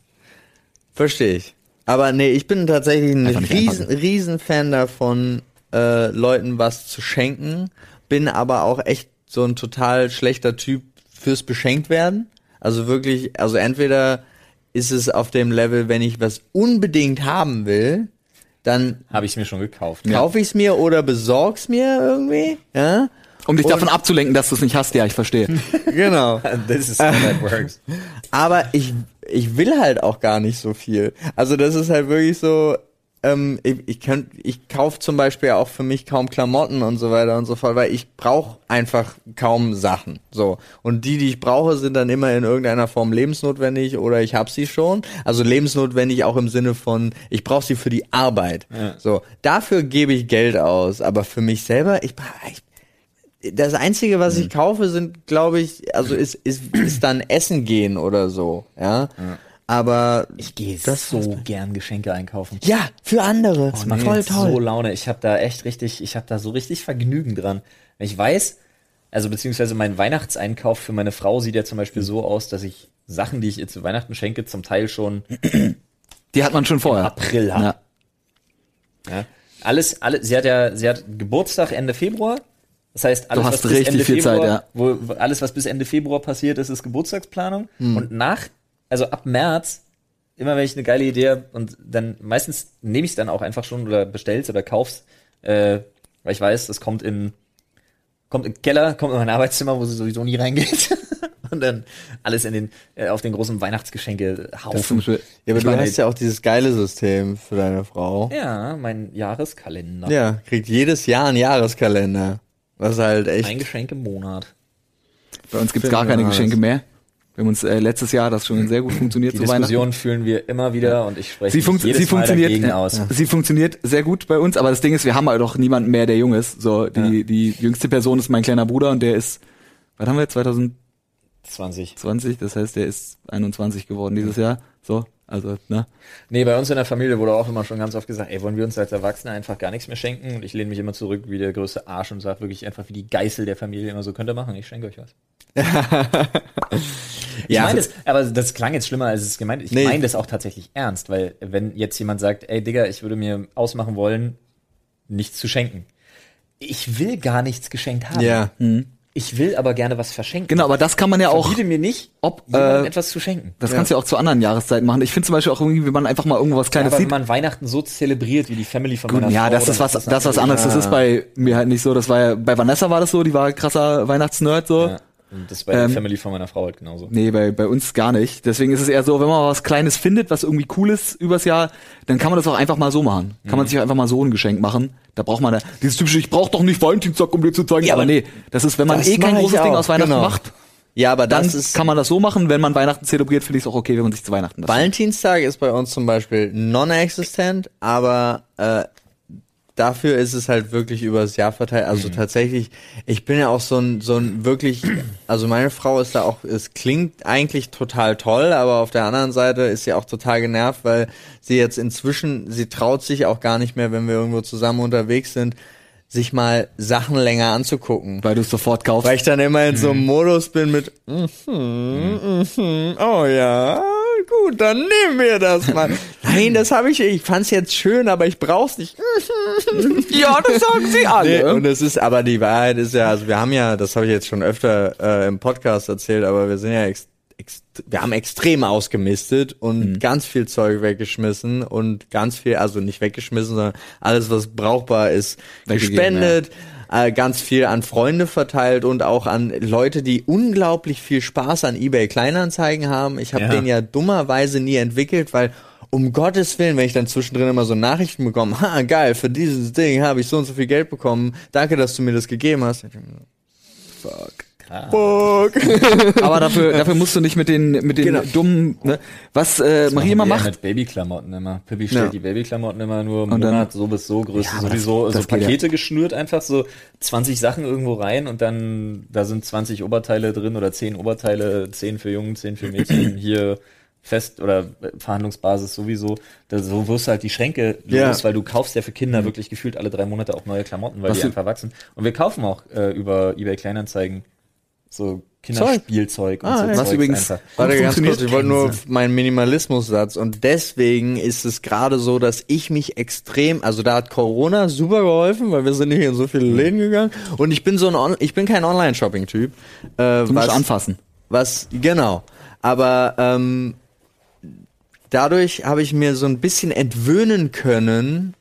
Verstehe ich. Aber nee, ich bin tatsächlich ein
Einfach nicht
riesen, riesen Fan davon, äh, Leuten was zu schenken. Bin aber auch echt so ein total schlechter Typ fürs beschenkt werden. Also wirklich, also entweder ist es auf dem Level, wenn ich was unbedingt haben will, dann
Habe ich es mir schon gekauft.
kaufe ich es mir oder besorg's mir irgendwie. Ja?
Um dich
Und-
davon abzulenken, dass du es nicht hast, ja, ich verstehe.
Genau.
This is how that works.
Aber ich, ich will halt auch gar nicht so viel. Also das ist halt wirklich so, ähm, ich, ich, könnt, ich kaufe zum Beispiel auch für mich kaum Klamotten und so weiter und so fort, weil ich brauche einfach kaum Sachen. So. Und die, die ich brauche, sind dann immer in irgendeiner Form lebensnotwendig oder ich habe sie schon. Also lebensnotwendig auch im Sinne von, ich brauche sie für die Arbeit. So. Dafür gebe ich Geld aus. Aber für mich selber, ich, ich das einzige, was
Mhm.
ich kaufe, sind, glaube ich, also ist, ist, ist dann Essen gehen oder so, ja. Aber
Ich gehe
Das
so gern Geschenke einkaufen.
ja, für andere.
Das macht mir Oh, so Laune. Ich habe da echt richtig, ich habe da so richtig Vergnügen dran. Ich weiß, also beziehungsweise mein Weihnachtseinkauf für meine Frau sieht ja zum Beispiel so aus, dass ich Sachen, die ich ihr zu Weihnachten schenke, zum Teil schon
Die hat man schon vorher.
April habe.
Ja.
Ja. Alles, alle, sie hat ja, sie hat Geburtstag Ende Februar. Das heißt, alles,
Du hast
was bis
richtig
Ende
viel
Februar,
Zeit, ja.
wo, wo- alles, was bis Ende Februar passiert ist, ist Geburtstagsplanung.
Hm.
Und nach, also ab März, immer wenn ich eine geile Idee habe und dann meistens nehme ich es dann auch einfach schon oder bestell's oder kauf's, äh, weil ich weiß, es kommt in, kommt in den Keller, kommt in mein Arbeitszimmer, wo sie sowieso nie reingeht. und dann alles in den, äh, auf den großen Weihnachtsgeschenke haufen.
Ja,
Ja, aber
Ich
du
meine,
hast ja auch dieses geile System für deine Frau.
Ja, mein Jahreskalender.
Ja, kriegt jedes Jahr einen Jahreskalender. Was halt
Ein
echt.
Geschenk im Monat.
Bei uns gibt's gar keine
Phänomenal.
Geschenke mehr. Wir haben uns äh, letztes Jahr das schon sehr gut funktioniert
Die
zu Weihnachten.
Diskussion fühlen wir immer wieder und ich spreche
Sie, funkt,
mich jedes
sie
Mal
funktioniert,
dagegen
ja,
aus.
ja. sie funktioniert sehr gut bei uns, aber das Ding ist, wir haben halt doch niemanden mehr, der jung ist. So, die, die jüngste Person ist mein kleiner Bruder und der ist, was haben wir, 2020,
20.
das heißt, der ist 21 geworden dieses Jahr. So, also, ne?
Nee, bei uns in der Familie wurde auch immer schon ganz oft gesagt, ey, wollen wir uns als Erwachsene einfach gar nichts mehr schenken? Und ich lehne mich immer zurück wie der größte Arsch und sage wirklich einfach wie die Geißel der Familie immer so, könnt ihr machen, ich schenke euch was. Ich meine
also
das, aber das klang jetzt schlimmer, als es gemeint ist. Ich
Nee.
meine das auch tatsächlich ernst, weil wenn jetzt jemand sagt, ey Digga, ich würde mir ausmachen wollen, nichts zu schenken. Ich will gar nichts geschenkt haben.
Ja.
Ich will aber gerne was verschenken.
Genau, aber das kann man ja auch,
Verbiete mir nicht,
ob,
jemandem
äh,
etwas zu schenken.
das kannst du ja auch zu anderen Jahreszeiten machen. Ich finde zum Beispiel auch irgendwie, wenn man einfach mal irgendwas
Ja,
Kleines
aber wenn
sieht.
man Weihnachten so zelebriert wie die Family von
Gut,
meiner
ja,
Frau,
das ist
dann
was, das ist was
natürlich-
anderes. Das ist bei mir halt nicht so. Das war ja, bei Vanessa war das so, die war krasser Weihnachtsnerd so.
Ja, und das ist bei
Ähm,
der Family von meiner Frau halt genauso.
Nee, bei, bei uns gar nicht. Deswegen ist es eher so, wenn man was Kleines findet, was irgendwie cool ist übers Jahr, dann kann man das auch einfach mal so machen. Kann man sich auch einfach mal so ein Geschenk machen. Da braucht man da, dieses typische, ich brauch doch nicht Valentinstag, um dir zu zeigen.
Ja,
aber
aber
nee, das ist, wenn man
das
eh kein
mach ich
großes Ding
auch,
aus Weihnachten
genau.
macht,
Ja, aber
dann
das ist.
kann man das so machen. Wenn man Weihnachten zelebriert, finde ich es auch okay, wenn man sich zu Weihnachten das
Valentinstag ist bei uns zum Beispiel non-existent, aber äh, dafür ist es halt wirklich übers Jahr verteilt. Also tatsächlich, ich bin ja auch so ein, so ein wirklich, also meine Frau ist da auch, es klingt eigentlich total toll, aber auf der anderen Seite ist sie auch total genervt, weil sie jetzt inzwischen, sie traut sich auch gar nicht mehr, wenn wir irgendwo zusammen unterwegs sind, sich mal Sachen länger anzugucken.
weil du es sofort kaufst.
Weil ich dann immer in so einem Modus bin mit, mhm, mhm, oh ja, gut, dann nehmen wir das mal. Nein, das habe ich, ich fand's jetzt schön, aber ich brauch's nicht.
ja, das sagen sie
Nee, und es ist, aber die Wahrheit ist ja, also wir haben ja, das habe ich jetzt schon öfter äh, im Podcast erzählt, aber wir sind ja ex, ex, wir haben extrem ausgemistet und
Mhm.
ganz viel Zeug weggeschmissen und ganz viel, also nicht weggeschmissen, sondern alles, was brauchbar ist,
Weggegeben,
gespendet. äh, Ganz viel an Freunde verteilt und auch an Leute, die unglaublich viel Spaß an eBay Kleinanzeigen haben. Ich habe
Ja.
den ja dummerweise nie entwickelt, weil um Gottes Willen, wenn ich dann zwischendrin immer so Nachrichten bekomme, ha, geil, für dieses Ding habe ich so und so viel Geld bekommen, danke, dass du mir das gegeben hast. Fuck. Fuck.
aber dafür, dafür musst du nicht mit den, mit den
Genau.
dummen, ne? Was, äh, Marie immer
wir halt.
macht,
Mit Babyklamotten immer. Pippi stellt
Ja.
die Babyklamotten immer nur im
Und dann-
Monat so bis so Größe
aber das-
sowieso.
das
so
geht ja.
Pakete geschnürt einfach so 20 Sachen irgendwo rein und dann da sind 20 Oberteile drin oder 10 Oberteile, 10 für Jungen, 10 für Mädchen hier fest oder Verhandlungsbasis sowieso. Da, so wirst du halt die Schränke
Ja.
los, weil du kaufst ja für Kinder wirklich gefühlt alle drei Monate auch neue Klamotten, weil
Mhm. Was
die
du-
einfach wachsen. Und wir kaufen auch äh, über eBay Kleinanzeigen so Kinderspielzeug und
Ah,
so
ja.
was
Zeugs
übrigens
einfach.
gut
Warte ganz
funktioniert.
kurz, ich wollte nur auf meinen Minimalismus-Satz und deswegen ist es gerade so, dass ich mich extrem, also da hat Corona super geholfen, weil wir sind nicht in so viele
Mhm.
Läden gegangen und ich bin so ein, On ich bin kein Online-Shopping-Typ. Äh,
du musst
was-
anfassen.
Was, genau. Aber ähm, dadurch habe ich mir so ein bisschen entwöhnen können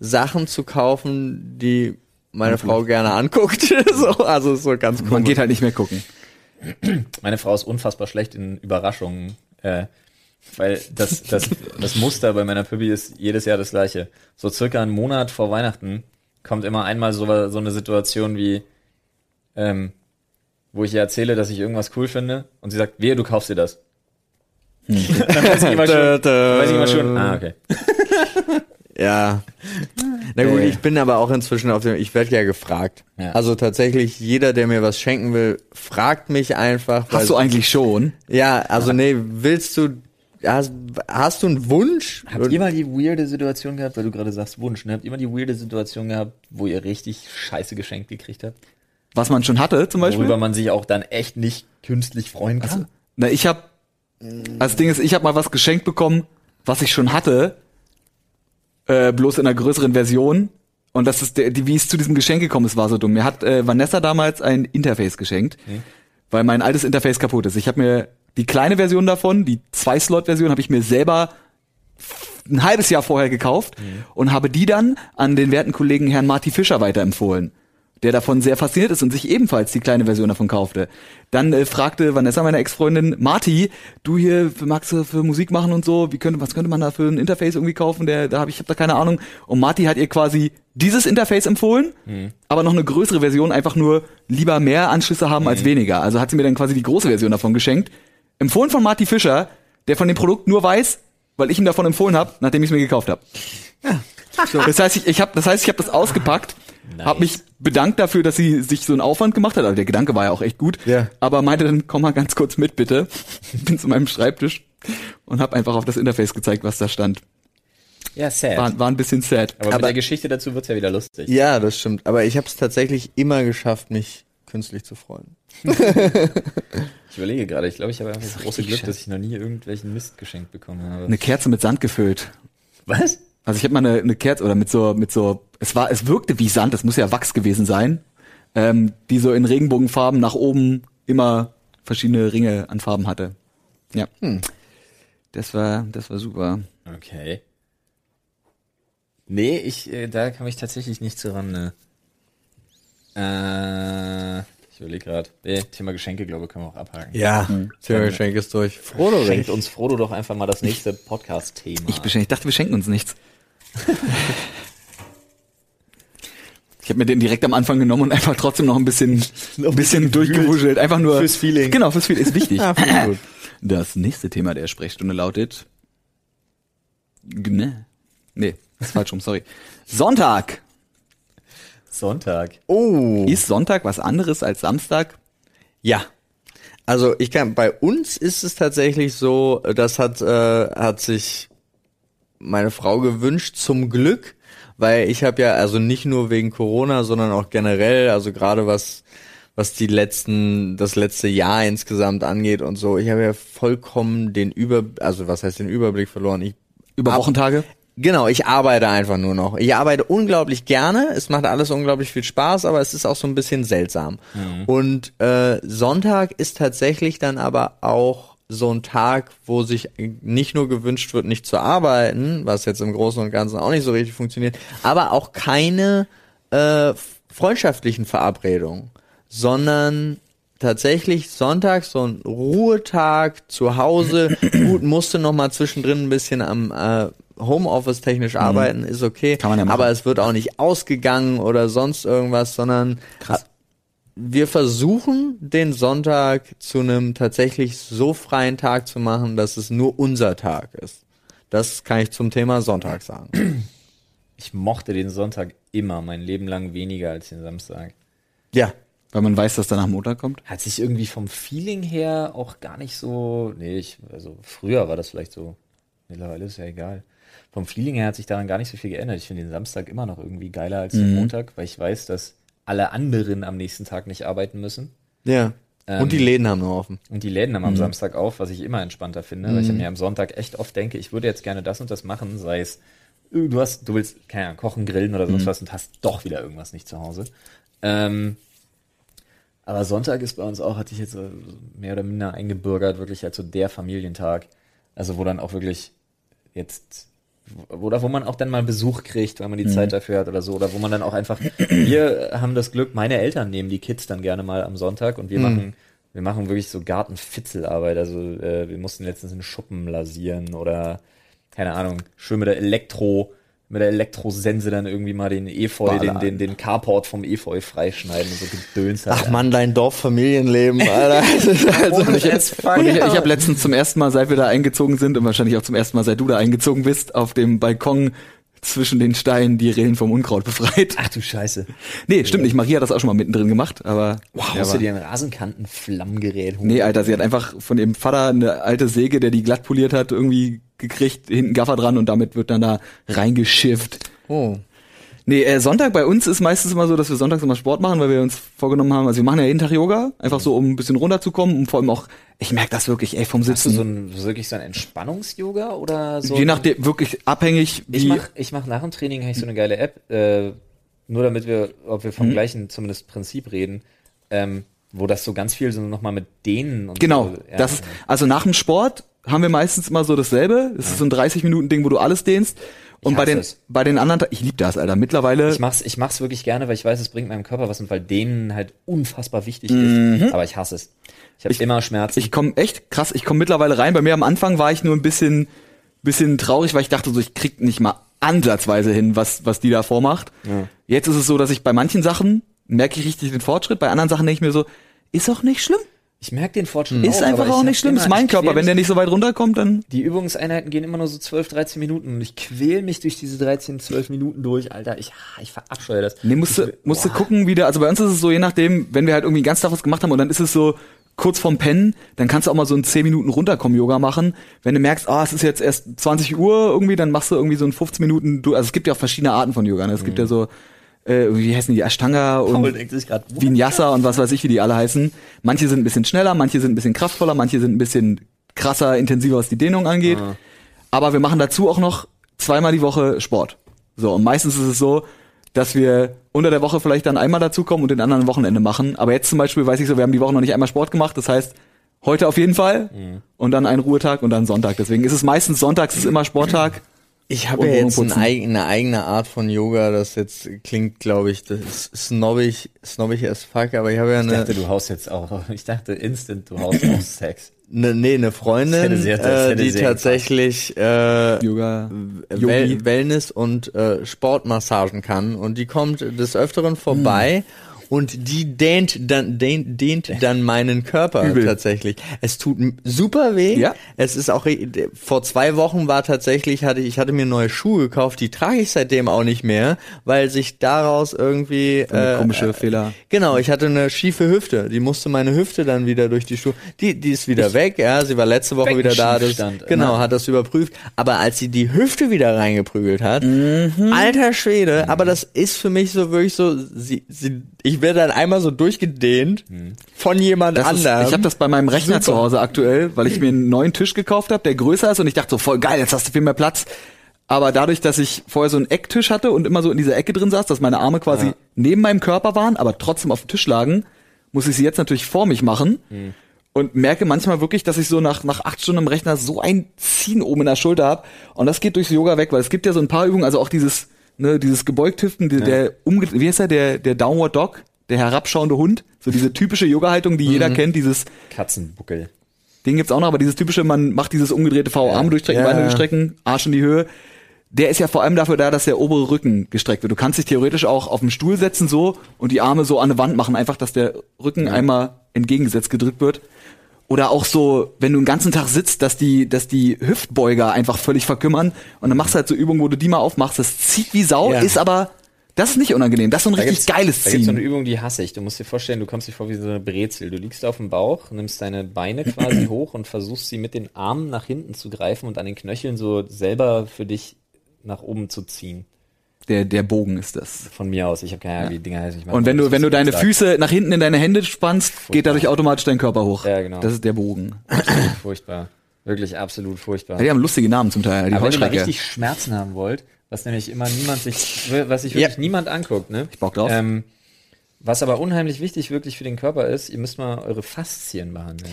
Sachen zu kaufen, die meine Frau gerne anguckt. so, also ist so ganz komisch.
Man geht halt nicht mehr gucken.
Meine Frau ist unfassbar schlecht in Überraschungen, äh, weil das, das, das Muster bei meiner Püppi ist jedes Jahr das gleiche. So circa einen Monat vor Weihnachten kommt immer einmal so, so eine Situation wie, ähm, wo ich ihr erzähle, dass ich irgendwas cool finde und sie sagt, wehe, du kaufst dir das. dann weiß ich
halt,
immer schon,
äh,
Da,
dann
da.
weiß ich immer schon ah, okay.
Ja. Na gut,
Äh.
ich bin aber auch inzwischen auf dem, ich werde ja gefragt.
Ja.
Also tatsächlich, jeder, der mir was schenken will, fragt mich einfach. weil-
Hast du eigentlich schon?
Ja, also nee, willst du, hast, hast du einen Wunsch?
Habt ihr mal die weirde Situation gehabt, weil du gerade sagst Wunsch, ne? Habt ihr mal die weirde Situation gehabt, wo ihr richtig scheiße geschenkt gekriegt habt?
Was man schon hatte, zum Beispiel?
Worüber man sich auch dann echt nicht künstlich freuen kann?
Na, ich habe das Ding ist, ich habe mal was geschenkt bekommen, was ich schon hatte, äh, bloß in einer größeren Version. Und das ist der, die, wie es zu diesem Geschenk gekommen ist, war so dumm. Mir hat äh, Vanessa damals ein Interface geschenkt, weil mein altes Interface kaputt ist. Ich habe mir die kleine Version davon, die zwei Slot Version, habe ich mir selber ein halbes Jahr vorher gekauft und habe die dann an den werten Kollegen Herrn Marty Fischer weiterempfohlen, der davon sehr fasziniert ist und sich ebenfalls die kleine Version davon kaufte. Dann äh, fragte Vanessa, meine Ex-Freundin, Marty, du hier für- magst du für Musik machen und so, wie könnte, was könnte man da für ein Interface irgendwie kaufen? Der, da habe ich hab da keine Ahnung. Und Marty hat ihr quasi dieses Interface empfohlen, aber noch eine größere Version, einfach nur lieber mehr Anschlüsse haben als weniger. Also hat sie mir dann quasi die große Version davon geschenkt. Empfohlen von Marty Fischer, der von dem Produkt nur weiß, weil ich ihm davon empfohlen habe, nachdem ich es mir gekauft habe. Das heißt, ich, ich habe das heißt, ich habe das ausgepackt, hab habe mich bedankt dafür, dass sie sich so einen Aufwand gemacht hat. Also der Gedanke war ja auch echt gut.
Ja.
Aber meinte dann, komm mal ganz kurz mit bitte. Bin zu meinem Schreibtisch und habe einfach auf das Interface gezeigt, was da stand.
Ja, sad.
War, war ein bisschen sad.
aber, mit
aber-
der Geschichte dazu wird's ja wieder lustig.
Ja, das stimmt. Aber ich habe es tatsächlich immer geschafft, mich künstlich zu freuen.
Ich überlege gerade, ich glaube, ich habe einfach das große
richtig
Glück,
scheiße. Ne,
dass ich noch nie irgendwelchen Mist geschenkt bekommen habe.
Eine Kerze mit Sand gefüllt.
Was?
Also ich habe mal eine, eine Kerze oder mit so mit so es war es wirkte wie Sand, es muss ja Wachs gewesen sein, ähm, die so in Regenbogenfarben nach oben immer verschiedene Ringe an Farben hatte. Ja. Hm. Das war das war super.
Okay. Nee, ich, äh, da kam ich tatsächlich nicht so ran, ne. Äh, ich überlege gerade. Nee, Thema Geschenke, glaube ich, können wir auch abhaken.
Ja,
Hm.
Thema Geschenk ist durch. Frodo
Schenkt
recht.
uns Frodo doch einfach mal das nächste Podcast-Thema.
Ich, beschen- ich dachte, wir schenken uns nichts. Ich habe mir den direkt am Anfang genommen und einfach trotzdem noch ein bisschen, ein bisschen durchgewuschelt. Einfach nur.
Fürs Feeling.
Genau, fürs Feeling ist wichtig.
Ja, Ah, finde ich gut.
Das nächste Thema der Sprechstunde lautet. Ne. Nee, ist falsch rum, sorry. Sonntag.
Sonntag.
Oh.
Ist Sonntag was anderes als Samstag?
Ja. Also ich kann, bei uns ist es tatsächlich so, das hat, äh, hat sich meine Frau gewünscht, zum Glück, weil ich habe ja, also nicht nur wegen Corona, sondern auch generell, also gerade was, was die letzten, das letzte Jahr insgesamt angeht und so, ich habe ja vollkommen den Über, also was heißt den Überblick verloren? Ich
Über Wochentage?
Genau, ich arbeite einfach nur noch. Ich arbeite unglaublich gerne, es macht alles unglaublich viel Spaß, aber es ist auch so ein bisschen seltsam. Und äh, Sonntag ist tatsächlich dann aber auch so ein Tag, wo sich nicht nur gewünscht wird, nicht zu arbeiten, was jetzt im Großen und Ganzen auch nicht so richtig funktioniert, aber auch keine äh, freundschaftlichen Verabredungen, sondern tatsächlich sonntags so ein Ruhetag zu Hause. Gut, musste noch mal zwischendrin ein bisschen am äh, Homeoffice technisch arbeiten, ist okay.
Mhm. Kann man ja machen.
aber es wird auch nicht ausgegangen oder sonst irgendwas, sondern äh,
Krass.
wir versuchen den Sonntag zu einem tatsächlich so freien Tag zu machen, dass es nur unser Tag ist. Das kann ich zum Thema Sonntag sagen.
Ich mochte den Sonntag immer, mein Leben lang weniger als den Samstag.
Ja,
Weil man weiß, dass danach Montag kommt?
Hat sich irgendwie vom Feeling her auch gar nicht so. Nee, ich, also früher war das vielleicht so. Mittlerweile ist ja egal. Vom Feeling her hat sich daran gar nicht so viel geändert. Ich finde den Samstag immer noch irgendwie geiler als den Montag, weil ich weiß, dass alle anderen am nächsten Tag nicht arbeiten müssen.
ja.
Ähm,
Und die Läden haben noch offen.
Und die Läden haben am Samstag auf, was ich immer entspannter finde, weil ich mir am Sonntag echt oft denke, ich würde jetzt gerne das und das machen, sei es, äh, du hast, du willst, keine Ahnung, kochen, grillen oder sonst was und hast doch wieder irgendwas nicht zu Hause. Ähm, aber Sonntag ist bei uns auch, hatte ich jetzt so mehr oder halt minder eingebürgert, wirklich als so der Familientag. Also wo dann auch wirklich jetzt oder wo man auch dann mal Besuch kriegt, wenn man die Zeit dafür hat oder so, oder wo man dann auch einfach, wir haben das Glück, meine Eltern nehmen die Kids dann gerne mal am Sonntag und wir machen, wir machen wirklich so Gartenfitzelarbeit, also äh, wir mussten letztens einen Schuppen lasieren oder, keine Ahnung, schön mit der Elektro, mit der Elektrosense dann irgendwie mal den Efeu, den, den, den Carport vom Efeu freischneiden und so gedöns halt.
Ach man, dein Dorf-Familienleben, Alter. Das ist also
Und jetzt
Und ich,
fuck.
ich habe letztens zum ersten Mal, seit wir da eingezogen sind und wahrscheinlich auch zum ersten Mal, seit du da eingezogen bist, auf dem Balkon zwischen den Steinen die Rillen vom Unkraut befreit.
Ach du Scheiße.
Nee, stimmt nicht. Maria hat das auch schon mal mittendrin gemacht, aber.
Wow,
Ja,
musst du
aber-
dir ein Rasenkantenflammgerät holen?
Nee, Alter, sie hat einfach von ihrem Vater eine alte Säge, der die glatt poliert hat, irgendwie gekriegt, hinten Gaffer dran und damit wird dann da reingeschifft.
Oh.
Nee, äh, Sonntag bei uns ist meistens immer so, dass wir sonntags immer Sport machen, weil wir uns vorgenommen haben, also wir machen ja jeden Tag Yoga, einfach so, um ein bisschen runterzukommen und vor allem auch, ich merke das wirklich, ey, vom
Hast du
Sitzen.
so ein, wirklich so ein Entspannungs-Yoga oder so?
Je nachdem, wirklich abhängig,
Ich
wie,
mach, ich mach nach dem Training eigentlich so eine geile App, äh, nur damit wir, ob
Mhm.
wir vom gleichen zumindest Prinzip reden, ähm, wo das so ganz viel so nochmal mit denen und
Genau.
so, ja.
das ist, also nach dem Sport haben wir meistens immer so dasselbe. Das ist so ein 30 Minuten Ding, wo du alles dehnst. Und
Ich
bei
hasse
den
es.
bei den anderen, Ta- ich liebe das, Alter. Mittlerweile
ich mach's, ich mach's wirklich gerne, weil ich weiß, es bringt meinem Körper was und weil denen halt unfassbar wichtig ist. Aber ich hasse es. Ich habe immer Schmerzen.
Mhm. ich komme echt krass. Ich komme mittlerweile rein. Bei mir am Anfang war ich nur ein bisschen bisschen traurig, weil ich dachte so, ich krieg nicht mal ansatzweise hin, was was die da vormacht. Jetzt ist es so, dass ich bei manchen Sachen merke ich richtig den Fortschritt. Bei anderen Sachen denke ich mir so, ist auch nicht schlimm.
ich merk den Fortschritt.
Ist
auch,
einfach
aber ich
auch
hab
nicht schlimm.
immer-
Ist mein
ich quäl
Körper. Wenn
mich
der nicht so weit runterkommt, dann
Die Übungseinheiten gehen immer nur so 12, 13 Minuten und ich quäl mich durch diese 13, 12 Minuten durch, Alter. Ich, ich verabscheue das.
Nee, musst du,
Ich-
musst du gucken, wie der, also bei uns ist es so, je nachdem, wenn wir halt irgendwie den ganzen Tag was gemacht haben und dann ist es so kurz vorm Pennen, dann kannst du auch mal so in 10 Minuten runterkommen Yoga machen. Wenn du merkst, ah, es ist jetzt erst 20 Uhr irgendwie, dann machst du irgendwie so in 15 Minuten, du, also es gibt ja auch verschiedene Arten von Yoga, ne? Es gibt ja so, äh, wie heißen die, Ashtanga
Mhm. Paul
und
denkt sich grad, what?
Vinyasa und was weiß ich, wie die alle heißen. Manche sind ein bisschen schneller, manche sind ein bisschen kraftvoller, manche sind ein bisschen krasser, intensiver, was die Dehnung angeht. Aber wir machen dazu auch noch zweimal die Woche Sport. So, und meistens ist es so, dass wir unter der Woche vielleicht dann einmal dazukommen und den anderen am Wochenende machen. Aber jetzt zum Beispiel weiß ich so, wir haben die Woche noch nicht einmal Sport gemacht. Das heißt, heute auf jeden Fall
Mhm.
und dann einen Ruhetag und dann Sonntag. Deswegen ist es meistens sonntags, ist immer Sporttag.
Ich habe
Und
ja
Wohnung
jetzt eine
putzen.
eigene, eine eigene Art von Yoga, das jetzt klingt, glaube ich, das ist snobbig, snobbig as fuck, aber ich habe ja
Ich dachte,
eine,
du haust jetzt auch. Ich dachte, instant, du haust auch Sex.
eine, ne, nee, eine
Das
Freundin,
hätte sehr- das
äh,
hätte
die
sehr
tatsächlich äh,
Yoga. Yogi.
Well Wellness und äh, Sportmassagen kann und die kommt des Öfteren vorbei
Hm.
und die dehnt dann dehnt, dehnt dann meinen Körper
Übel.
tatsächlich. Es tut m- super weh.
Ja.
Es ist auch re- d- vor zwei Wochen war tatsächlich hatte ich ich hatte mir neue Schuhe gekauft, die trage ich seitdem auch nicht mehr, weil sich daraus irgendwie
Eine
äh,
komische
äh,
Fehler.
Genau, ich hatte eine schiefe Hüfte. Die musste meine Hüfte dann wieder durch die Schuhe. Die, die ist wieder weg, ja. Sie war letzte Woche wieder da. Das,
ne?
Beckenschiefstand,
genau, hat das überprüft. Aber als sie die Hüfte wieder reingeprügelt hat,
Mhm.
alter Schwede, aber das ist für mich so wirklich so, sie, sie, ich werde dann einmal so durchgedehnt von jemand
Mhm. Das ist, ich
anderem.
habe das bei meinem Rechner zu Hause aktuell, weil ich mir einen neuen Tisch gekauft habe, der größer ist und ich dachte so, voll geil, jetzt hast du viel mehr Platz. Aber dadurch, dass ich vorher so einen Ecktisch hatte und immer so in dieser Ecke drin saß, dass meine Arme quasi neben meinem Körper waren, aber trotzdem auf dem Tisch lagen, muss ich sie jetzt natürlich vor mich machen und merke manchmal wirklich, dass ich so nach, nach acht Stunden im Rechner so ein Ziehen oben in der Schulter habe. Und das geht durchs Yoga weg, weil es gibt ja so ein paar Übungen, also auch dieses, ne, dieses gebeugt Hüften, die, der umge wie heißt der, der, der Downward Dog, der herabschauende Hund, so diese typische Yoga-Haltung, die jeder kennt, dieses,
Katzenbuckel.
den gibt's auch noch, aber dieses typische, man macht dieses umgedrehte V, Arme durchstrecken,
Ja.
Beine durchstrecken, Arsch in die Höhe. Der ist ja vor allem dafür da, dass der obere Rücken gestreckt wird. Du kannst dich theoretisch auch auf den Stuhl setzen so und die Arme so an eine Wand machen, einfach, dass der Rücken einmal entgegengesetzt gedrückt wird. Oder auch so, wenn du den ganzen Tag sitzt, dass die, dass die Hüftbeuger einfach völlig verkümmern und dann machst du halt so Übungen, wo du die mal aufmachst. Das zieht wie Sau,
Ja.
ist aber, das ist nicht unangenehm. Das ist so ein richtig geiles
da gibt's so eine
Ziehen.
Übung, die hasse ich. Du musst dir vorstellen, du kommst dir vor wie so eine Brezel. Du liegst auf dem Bauch, nimmst deine Beine quasi hoch und versuchst sie mit den Armen nach hinten zu greifen und an den Knöcheln so selber für dich nach oben zu ziehen.
Der, der Bogen ist das.
Von mir aus. Ich habe keine Ahnung, wie die Dinger heißen. Ich mach
Und wenn
mal
du, wenn du
das
deine
gesagt.
Füße nach hinten in deine Hände spannst, geht dadurch automatisch dein Körper hoch.
Ja, genau.
Das ist der Bogen.
Absolut furchtbar. Wirklich absolut furchtbar.
Die haben lustige Namen zum Teil, die
Aber wenn ihr mal
Heuschrecke.
richtig Schmerzen haben wollt, was nämlich immer niemand sich, was sich wirklich
Ja.
niemand anguckt, ne? Ich
bock drauf.
Ähm, was aber unheimlich wichtig wirklich für den Körper ist, ihr müsst mal eure Faszien behandeln.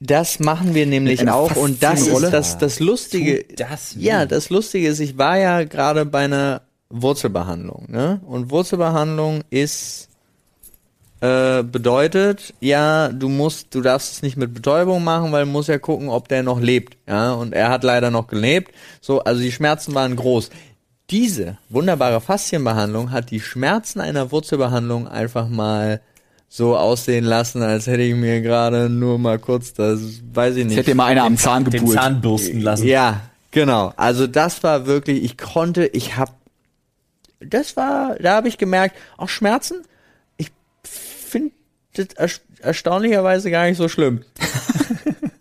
Das machen wir nämlich
einer
auch und das
faszinierenden
ist
Rolle?
das, das Lustige.
Tut das weh.
ja, das Lustige ist, ich war ja gerade bei einer Wurzelbehandlung. Ne? Und Wurzelbehandlung ist äh, bedeutet, ja, du musst, du darfst es nicht mit Betäubung machen, weil du musst ja gucken, ob der noch lebt. Ja, und er hat leider noch gelebt. So, also die Schmerzen waren groß. Diese wunderbare Faszienbehandlung hat die Schmerzen einer Wurzelbehandlung einfach mal so aussehen lassen, als hätte ich mir gerade nur mal kurz das, weiß ich
Jetzt
nicht.
hätte mal einer am Zahn
den
gepult.
Zahn bürsten lassen.
Ja, genau. Also das war wirklich, ich konnte, ich hab, das war, da habe ich gemerkt, auch Schmerzen, ich finde das erst- erstaunlicherweise gar nicht so schlimm.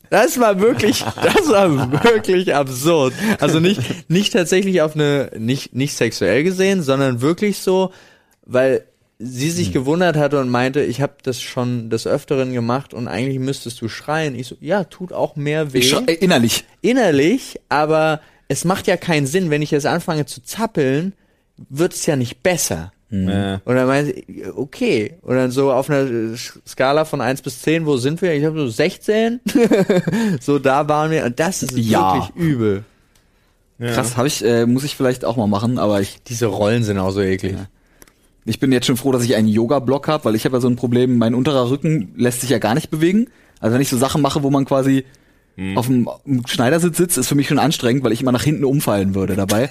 Das war wirklich, das war wirklich absurd. Also nicht, nicht tatsächlich auf eine, nicht, nicht sexuell gesehen, sondern wirklich so, weil sie sich gewundert hatte und meinte, ich habe das schon des Öfteren gemacht und eigentlich müsstest du schreien. Ich so, ja, tut auch mehr weh
Ich scho- äh, innerlich.
innerlich, aber es macht ja keinen Sinn, wenn ich jetzt anfange zu zappeln, wird es ja nicht besser.
Äh,
Und dann meinte ich, okay. Und dann so auf einer äh, Sch- Skala von 1 bis 10, wo sind wir? Ich habe so 16. so da waren wir. Und das ist
Ja.
wirklich übel.
Krass, habe ich, äh, muss ich vielleicht auch mal machen, aber ich,
Diese Rollen sind auch so eklig.
ich bin jetzt schon froh, dass ich einen Yoga-Block habe, weil ich habe ja so ein Problem, mein unterer Rücken lässt sich ja gar nicht bewegen. Also wenn ich so Sachen mache, wo man quasi
Hm.
auf dem auf dem Schneidersitz sitzt, ist für mich schon anstrengend, weil ich immer nach hinten umfallen würde dabei.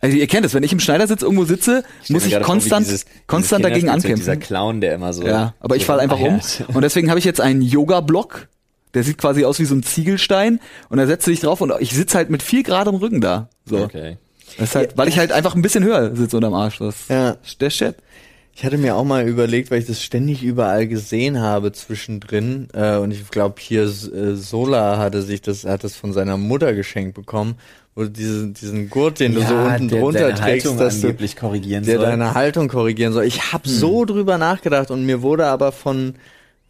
Also ihr kennt es, wenn ich im Schneidersitz irgendwo sitze, muss ich konstant, konstant dagegen
Dieser
ankämpfen.
Clown, der immer so.
Ja, aber ich
so
falle einfach um.
rumeiert.
Und deswegen habe ich jetzt einen Yoga-Block. Der sieht quasi aus wie so ein Ziegelstein. Und da setzt du dich drauf und ich sitze halt mit viel geradem Rücken da. So.
Okay.
Das ist halt, weil ich halt einfach ein bisschen höher sitze unterm Arsch. Das
Ja.
ist der Shit.
Ich hatte mir auch mal überlegt, weil ich das ständig überall gesehen habe zwischendrin äh, und ich glaube hier äh, Sola hatte sich das hat das von seiner Mutter geschenkt bekommen, wo diese, diesen Gurt, den du so unten drunter trägst, dass du
angeblich korrigieren
der
soll.
deine Haltung korrigieren soll. Ich habe so drüber nachgedacht und mir wurde aber von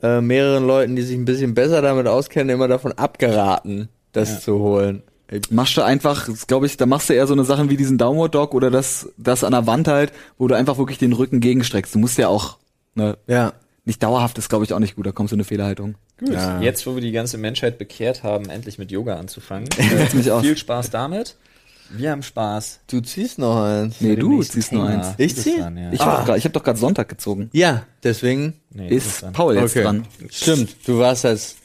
äh, mehreren Leuten, die sich ein bisschen besser damit auskennen, immer davon abgeraten, das zu holen. Ich,
Machst du einfach, glaube ich, da machst du eher so eine Sachen wie diesen Downward Dog oder das, das an der Wand halt, wo du einfach wirklich den Rücken gegenstreckst. Du musst ja auch, ne,
ja.
nicht dauerhaft ist, glaube ich, auch nicht gut. Da kommst du in eine Fehlerhaltung.
Gut.
Ja.
Jetzt, wo wir die ganze Menschheit bekehrt haben, endlich mit Yoga anzufangen.
Setz mich
äh,
aus.
viel Spaß damit. Wir haben Spaß.
Du ziehst noch eins.
Nee, du
Demnächst
ziehst nur
Thema.
eins.
Ich
Du bist
zieh?
dran, ja.
Ich
Ah.
hab doch grad- ich habe doch gerade Sonntag gezogen.
Ja, deswegen
Nee, du bist
Ist
dran.
Paul jetzt dran.
Stimmt, du warst als,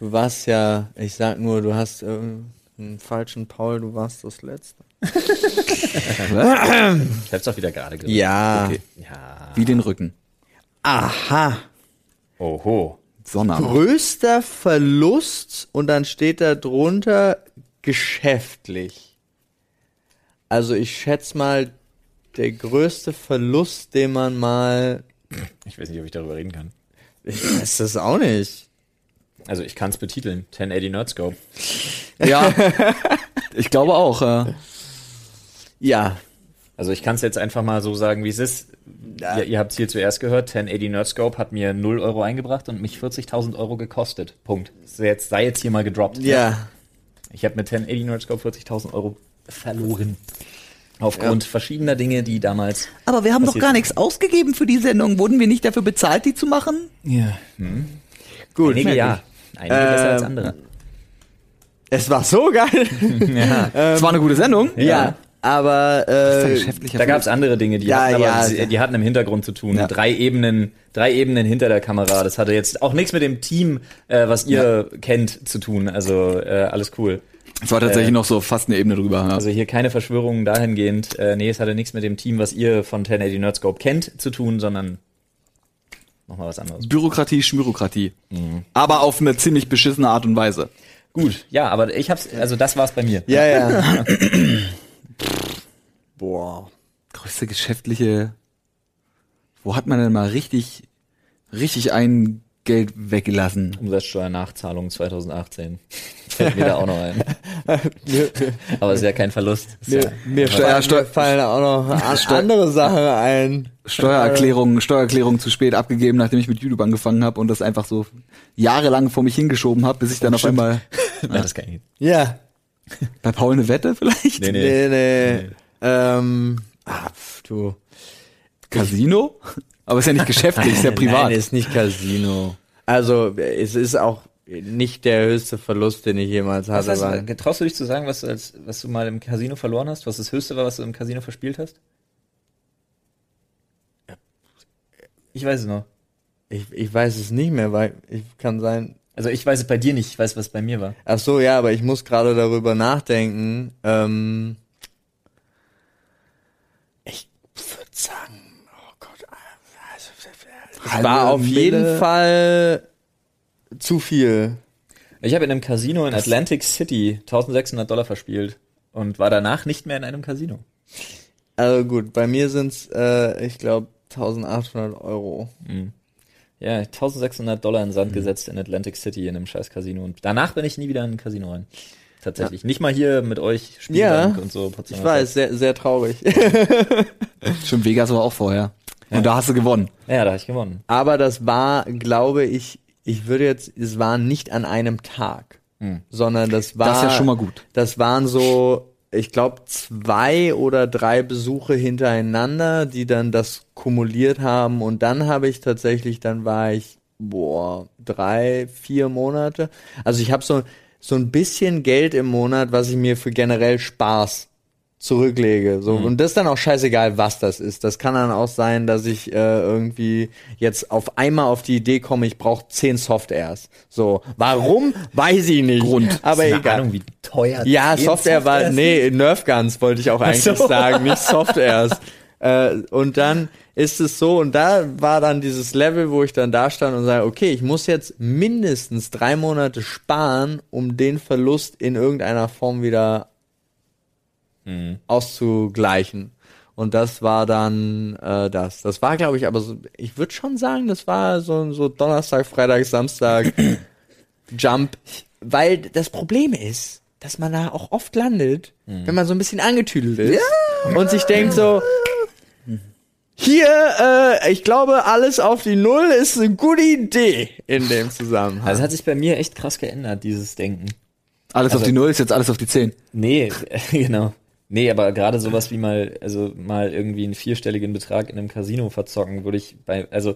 du warst ja, ich sag nur, du hast ähm, einen falschen Paul, du warst das Letzte.
Ich hab's auch wieder gerade gerückt.
Ja.
ja.
Wie den Rücken.
Aha.
Oho.
Sonnabend.
Größter Verlust und dann steht da drunter geschäftlich. Also ich schätze mal, der größte Verlust, den man mal,
Ich weiß nicht, ob ich darüber reden kann.
ich weiß das auch nicht.
Also ich kann's betiteln. 1080 Nerdscope.
Ja. ich glaube auch. Äh,
Ja,
Also ich kann's jetzt einfach mal so sagen, wie es ist. Ihr, ihr habt's hier zuerst gehört. 1080 Nerdscope hat mir 0 Euro eingebracht und mich 40.000 Euro gekostet. Punkt. So Jetzt, sei jetzt hier mal gedroppt.
ja,
Ich habe mit 1080 Nerdscope 40.000 Euro verloren. Aufgrund verschiedener Dinge, die damals.
Aber wir haben
doch gar
nichts ausgegeben für die Sendung. Wurden wir nicht dafür bezahlt, die zu machen?
Ja.
gut.
Einige ja. Einige besser als
Ähm,
andere.
Es war so geil.
Es war eine gute Sendung.
Ja, aber äh,
Da gab es andere Dinge, die,
Ja,
hatten, aber
ja.
sie- die hatten im Hintergrund zu tun.
Ja.
Drei Ebenen, drei Ebenen hinter der Kamera. Das hatte jetzt auch nichts mit dem Team, äh, was ihr kennt, zu tun. Also äh, alles cool.
Es war tatsächlich noch so fast eine Ebene drüber. Ja.
Äh. Also hier keine Verschwörungen dahingehend. Äh, nee, es hatte nichts mit dem Team, was ihr von 1080 Nerdscope kennt, zu tun, sondern nochmal was anderes.
Bürokratie, Schmürokratie. Aber auf eine ziemlich beschissene Art und Weise.
Mhm. Gut, ja, aber ich hab's, also das war's bei mir.
Ja, ja. Boah.
Größte geschäftliche. Wo hat man denn mal richtig, richtig ein Geld weggelassen?
Umsatzsteuernachzahlung 2018. Fällt mir da auch noch ein. Aber ist ja kein Verlust. Ist ja,
Mir, mir,
Steuer-
fallen,
Steuer-
mir fallen auch noch an, andere Sachen ein.
Äh.
Steuererklärung, Steuererklärung zu spät abgegeben, nachdem ich mit YouTube angefangen habe und das einfach so jahrelang vor mich hingeschoben habe, bis ich dann auf einmal
Nein, das kann ich nicht.
Ja.
bei Paul eine Wette vielleicht?
Nee, nee.
Nee, nee. Ähm, ah, pf, du.
Casino? Aber ist ja nicht geschäftlich, ist ja privat.
Nein, ist nicht Casino. Also, es ist auch nicht der höchste Verlust, den ich jemals
Was
hatte.
heißt,
aber-
traust du dich zu sagen, was du, als, was du mal im Casino verloren hast? Was das Höchste war, was du im Casino verspielt hast? Ich weiß es noch.
ich, ich weiß es nicht mehr, weil ich kann sein.
Also ich weiß es bei dir nicht, ich weiß, was bei mir war.
Ach so, ja, aber ich muss gerade darüber nachdenken. Ähm, ich würde sagen, oh Gott, also, es war
Halbe
auf jeden
Mille.
Fall zu viel.
Ich habe in einem Casino in Atlantic City 1600 Dollar verspielt und war danach nicht mehr in einem Casino.
Also gut, bei mir sind's, äh, ich glaube, 1800 Euro.
Ja, 1600 Dollar in den
Mhm.
Sand gesetzt in Atlantic City in einem scheiß Casino und danach bin ich nie wieder in ein Casino rein. Tatsächlich. Nicht mal hier mit euch spielen
Ja,
und so.
Ich weiß, sehr, sehr traurig.
Stimmt, Vegas war auch vorher. Und da hast du gewonnen.
Ja, da habe ich gewonnen.
Aber das war, glaube ich, ich würde jetzt, es war nicht an einem Tag, sondern Hm. das war.
Das ist ja schon mal gut.
Das waren so, ich glaube, zwei oder drei Besuche hintereinander, die dann das kumuliert haben. Und dann habe ich tatsächlich, dann war ich, boah, drei, vier Monate. Also ich habe so, so ein bisschen Geld im Monat, was ich mir für generell Spaß zurücklege. So. Und das ist dann auch scheißegal, was das ist. Das kann dann auch sein, dass ich äh, irgendwie jetzt auf einmal auf die Idee komme, ich brauche zehn Softwares. So. Warum? Weiß ich nicht.
Grund.
Aber
Keine
egal.
Ahnung, wie teuer
Ja,
zehn
Software war,
Softwares
nee, Nerf Guns wollte ich auch eigentlich
so.
sagen, nicht Softwares. äh, und dann ist es so, und da war dann dieses Level, wo ich dann da stand und sage, okay, ich muss jetzt mindestens drei Monate sparen, um den Verlust in irgendeiner Form wieder auszugleichen. Und das war dann äh, das. Das war, glaube ich, aber so, ich würde schon sagen, das war so, so Donnerstag, Freitag, Samstag Jump. Weil das Problem ist, dass man da auch oft landet, wenn man so ein bisschen angetüdelt ist und sich denkt so, hier, äh, ich glaube, alles auf die Null ist eine gute Idee in dem Zusammenhang.
Also es hat sich bei mir echt krass geändert, dieses Denken.
Alles auf die Null ist jetzt alles auf die Zehn.
Nee, genau. Nee, aber gerade sowas wie mal, also mal irgendwie einen vierstelligen Betrag in einem Casino verzocken, würde ich bei, also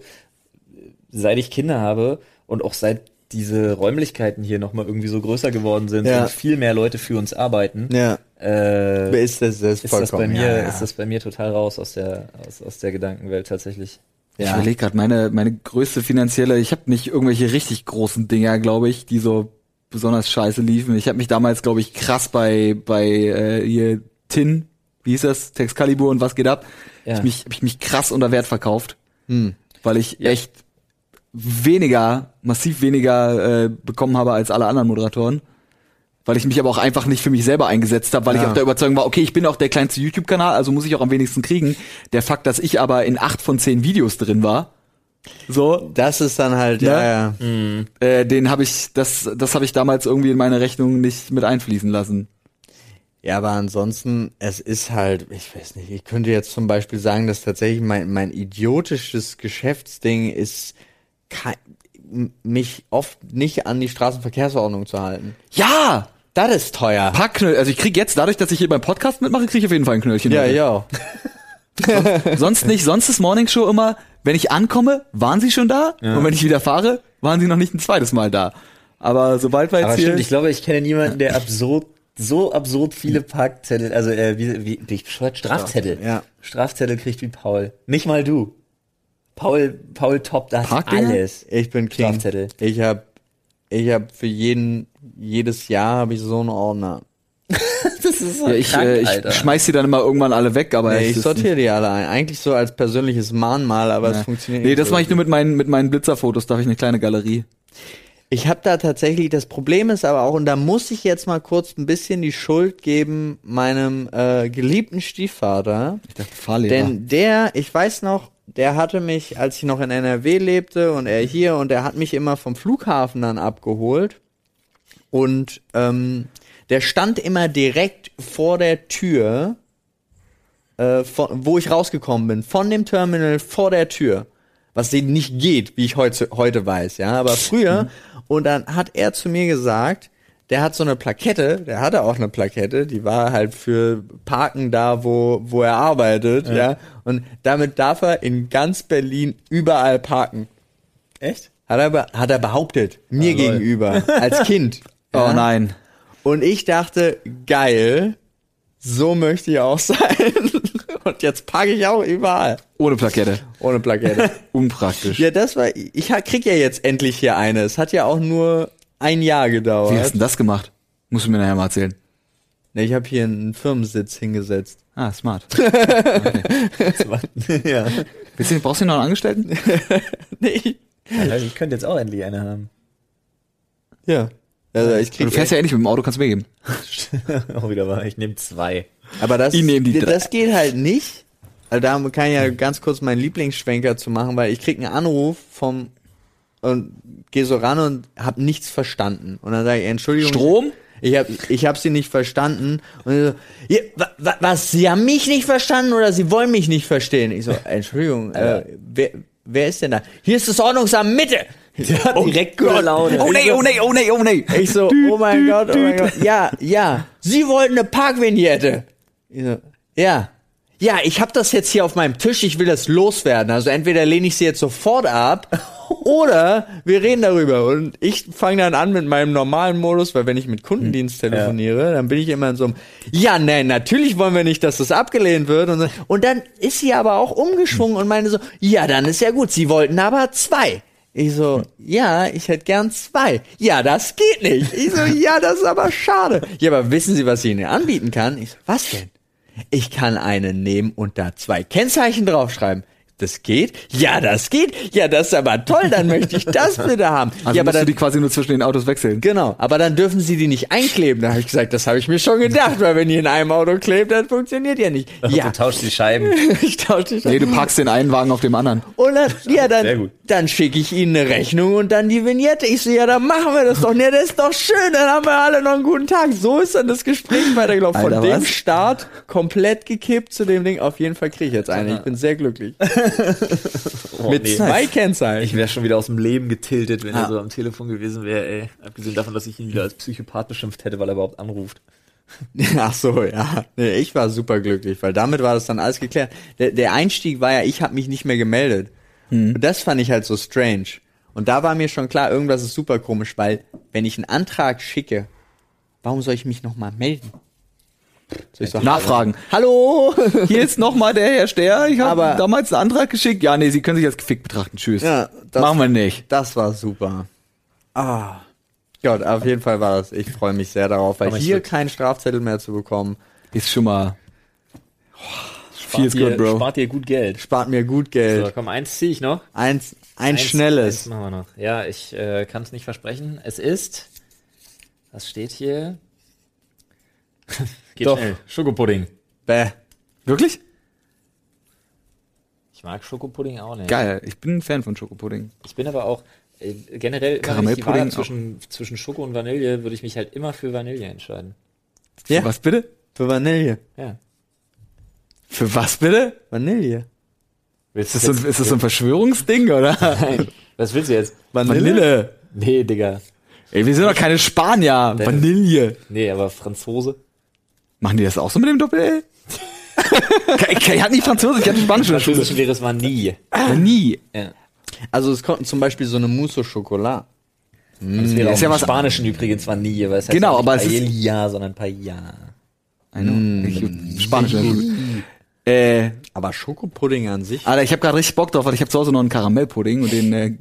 seit ich Kinder habe und auch seit diese Räumlichkeiten hier nochmal irgendwie so größer geworden sind
Ja.
und viel mehr Leute für uns arbeiten,
ja,
äh, ist,
ist das, das ist
das bei
vollkommen,
mir,
ja, ja.
ist das bei mir total raus aus der, aus, aus der Gedankenwelt tatsächlich.
Ich
Ja.
überlege gerade, meine, meine größte finanzielle, ich habe nicht irgendwelche richtig großen Dinger, glaube ich, die so besonders scheiße liefen. Ich habe mich damals, glaube ich, krass bei, bei äh, hier Tin, wie hieß das, Texcalibur und was geht ab,
Ja.
ich mich, hab ich mich krass unter Wert verkauft, weil ich echt weniger, massiv weniger äh, bekommen habe als alle anderen Moderatoren. Weil ich mich aber auch einfach nicht für mich selber eingesetzt habe, weil ich
Ja.
auch der Überzeugung war, okay, ich bin auch der kleinste YouTube-Kanal, also muss ich auch am wenigsten kriegen. Der Fakt, dass ich aber in acht von zehn Videos drin war, so,
das ist dann halt, ja,
Ne?
ja.
äh, den habe ich, das, das habe ich damals irgendwie in meine Rechnung nicht mit einfließen lassen.
Ja, aber ansonsten, es ist halt, ich weiß nicht, ich könnte jetzt zum Beispiel sagen, dass tatsächlich mein, mein idiotisches Geschäftsding ist, kei- m- mich oft nicht an die Straßenverkehrsordnung zu halten.
Ja!
Das ist teuer.
Paar Knöll, also ich krieg jetzt, dadurch, dass ich hier beim Podcast mitmache, kriege ich auf jeden Fall ein Knöllchen.
Ja,
heute.
ja.
Sonst nicht, sonst ist Morning Show immer, wenn ich ankomme, waren sie schon da und wenn ich wieder fahre, waren sie noch nicht ein zweites Mal da. Aber sobald wir jetzt
Aber
hier
stimmt, ich glaube, ich kenne niemanden, der absurd, so absurd viele Parkzettel, also äh, wie, wie, wie bescheuert, Strafzettel.
Ja.
Strafzettel kriegt wie Paul. Nicht mal du. Paul, Paul toppt das
Parkdinger?
alles.
Ich bin King.
Strafzettel.
Ich hab, ich hab für jeden, jedes Jahr habe ich so einen Ordner.
Das ist so
ja, ich, äh, ich schmeiß die dann immer irgendwann alle weg, aber
Nee,
es
ich
ist-
sortiere die alle ein. Eigentlich so als persönliches Mahnmal, aber es funktioniert
Nee,
nicht
das
so.
mache ich nur mit meinen mit meinen Blitzerfotos, da habe ich eine kleine Galerie.
Ich habe da tatsächlich, das Problem ist aber auch, und da muss ich jetzt mal kurz ein bisschen die Schuld geben meinem äh, geliebten Stiefvater.
Ich dachte, Fahrlehrer.
Denn der, ich weiß noch, der hatte mich, als ich noch in NRW lebte und er hier, und er hat mich immer vom Flughafen dann abgeholt. Und ähm, der stand immer direkt vor der Tür, äh, von, wo ich rausgekommen bin, von dem Terminal vor der Tür. Was eben nicht geht, wie ich heute, heute weiß, ja, aber früher. Und dann hat er zu mir gesagt, der hat so eine Plakette, der hatte auch eine Plakette, die war halt für Parken da, wo, wo er arbeitet, ja. Und damit darf er in ganz Berlin überall parken.
Echt?
Hat er, be- hat er behauptet, mir
lol.
gegenüber, als Kind.
Oh nein.
Und ich dachte, geil, so möchte ich auch sein. Und jetzt packe ich auch überall.
Ohne Plakette.
Ohne Plakette.
Unpraktisch.
ja, das war, ich ha- krieg ja jetzt endlich hier eine. Es hat ja auch nur ein Jahr
Wie hast
gedauert.
du denn das gemacht? Musst du mir nachher mal erzählen.
Ne, ich habe hier einen Firmensitz hingesetzt.
Ah, smart.
ja.
Willst du, brauchst du noch einen Angestellten?
Nee.
Also ich könnte jetzt auch endlich eine haben.
Ja. Also ich krieg
Du fährst ja eh nicht mit dem Auto, kannst du mir geben.
auch Oh, wieder wahr. Ich nehme zwei.
Aber das,
Ich nehm die drei.
das geht halt nicht. Also da kann ich ja ganz kurz meinen Lieblingsschwenker zu machen, weil ich krieg einen Anruf vom und geh so ran und hab nichts verstanden. Und dann sage ich, Entschuldigung.
Strom?
Ich hab, ich hab sie nicht verstanden. Und sie so, "Ja, wa, wa, was, Sie haben mich nicht verstanden oder Sie wollen mich nicht verstehen? Ich so, Entschuldigung, äh, wer, wer ist denn da? Hier ist das Ordnungsamt Mitte! Ja,
direkt gute Laune.
Oh nee, oh nee, oh nee, oh nee.
ich so, oh mein Gott, oh mein Gott. Ja, ja. Sie wollten eine Parkvignette. Ich so, ja. Ja, ich habe das jetzt hier auf meinem Tisch, ich will das loswerden. Also entweder lehne ich sie jetzt sofort ab oder wir reden darüber. Und ich fange dann an mit meinem normalen Modus, weil wenn ich mit Kundendienst telefoniere, dann bin ich immer in so einem, ja, nein, natürlich wollen wir nicht, dass das abgelehnt wird. Und, so. und dann ist sie aber auch umgeschwungen und meinte so, ja, dann ist ja gut, sie wollten aber zwei. Ich so, ja, ich hätte gern zwei. Ja, das geht nicht. Ich so, ja, das ist aber schade. Ja, aber wissen Sie, was ich Ihnen anbieten kann? Ich so, was denn? Ich kann eine nehmen und da zwei Kennzeichen draufschreiben. Das geht? Ja, das geht. Ja, das ist aber toll. Dann möchte ich das bitte haben.
Also
ja, aber
musst du
dann,
die quasi nur zwischen den Autos wechseln.
genau. Aber dann dürfen Sie die nicht einkleben. Da habe ich gesagt, das habe ich mir schon gedacht, weil wenn die in einem Auto klebt, dann funktioniert ja nicht. Ja,
Also, Du tauschst die Scheiben.
ich tausche dich
Nee, du packst den einen Wagen auf dem anderen.
und dann,
Sehr
ja, dann,
gut.
dann schicke ich Ihnen eine Rechnung und dann die Vignette. Ich so, ja, dann machen wir das doch. Ja, das ist doch schön. Dann haben wir alle noch einen guten Tag. So ist dann das Gespräch weitergelaufen. Von
Alter,
dem
was?
Start komplett gekippt zu dem Ding. Auf jeden Fall kriege ich jetzt eine. Ich bin sehr glücklich.
Oh,
Mit
nee.
zwei Kennzeichen.
Ich wäre schon wieder aus dem Leben getiltet, wenn er so am Telefon gewesen wäre, ey. Abgesehen davon, dass ich ihn wieder als Psychopath beschimpft hätte, weil er überhaupt anruft.
Ach so, ja. Nee, ich war super glücklich, weil damit war das dann alles geklärt. Der, der Einstieg war ja, ich habe mich nicht mehr gemeldet.
Hm.
Und das fand ich halt so strange. Und da war mir schon klar, irgendwas ist super komisch, weil wenn ich einen Antrag schicke, warum soll ich mich nochmal melden? Soll ich so,
Nachfragen.
Hallo!
Hier ist nochmal der Herr Steher. Ich
Aber-
habe damals einen Antrag geschickt. Ja, nee, Sie können sich als gefickt betrachten. Tschüss.
Ja, das-
Machen wir nicht.
also, Das war super. Ah. Gott, auf jeden Fall war das. Ich freue mich sehr darauf, weil
Aber ich
hier
würd-
keinen Strafzettel mehr zu bekommen,
Ist schon mal. Feels
Spart
good,
dir-
Bro.
Spart dir gut Geld.
spart mir gut
So,
Geld.
komm, eins ziehe ich noch.
Eins, ein
Eins-
schnelles.
Eins machen wir noch. Ja, ich äh, kann es nicht versprechen. Es ist. Was steht hier? Geht
Doch.
schnell. Schokopudding.
Bäh.
Wirklich?
Ich mag Schokopudding auch nicht.
Geil. Ich bin ein Fan von Schokopudding.
Ich bin aber auch äh, generell immer, wenn ich die Wahl
Karamellpudding
habe zwischen, zwischen Schoko und Vanille, würde ich mich halt immer für Vanille entscheiden.
Ja.
Was bitte?
Für Vanille.
Ja.
Für was bitte?
Vanille.
Willst
Ist das, so ein, ist das so ein Verschwörungsding, oder?
Nein. Was willst du jetzt?
Vanille.
Nee, Digga.
Ey, wir sind doch keine Spanier.
Äh.
Vanille.
Nee, aber Franzose.
Machen die das auch so mit dem Doppel-L? ich, ich hatte nie Französisch, ich hatte Spanisch in der Schule.
Französisch wäre es mal nie.
Nie.
Ja.
Also es kommt zum Beispiel so eine Mousse au Chocolat.
Das wäre
Mm, Ist
auch
ja
im
was-
Spanischen übrigens mal nie, weil es heißt
Genau,
ja
aber es ist-
nicht Paella, sondern Paella.
I know. Ich, Mm. Spanisch also. in der Schule. Äh,
Aber Schokopudding an sich.
Alter, ich habe gerade richtig Bock drauf, weil ich habe zu Hause noch einen Karamellpudding und den äh,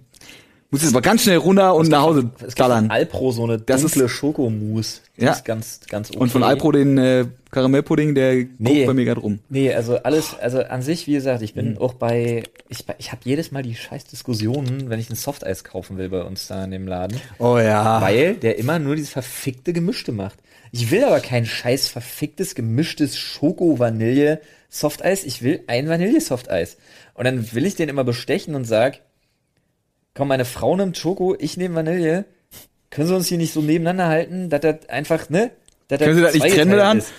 muss jetzt mal ganz schnell runter und nach Hause
Es gibt von
ballern.
Alpro so eine
Das
dunkle Schokomousse. Die
Ja.
ist ganz, ganz okay.
Und von Alpro den äh, Karamellpudding, der guckt bei mir gerade rum.
Nee, also alles, also an sich, wie gesagt, ich
Hm.
bin auch bei, ich, ich habe jedes Mal die scheiß Diskussionen, wenn ich ein Softeis kaufen will bei uns da in dem Laden,
Oh ja.
weil der immer nur dieses verfickte Gemischte macht. Ich will aber kein scheiß verficktes, gemischtes Schoko-Vanille-Softeis, ich will ein Vanille-Softeis. Und dann will ich den immer bestechen und sag, komm, meine Frau nimmt Schoko, ich nehme Vanille, können sie uns hier nicht so nebeneinander halten, dass das einfach, ne? dass
Können Sie das nicht trennen mit der
zweigeteilt
Hand?
ist.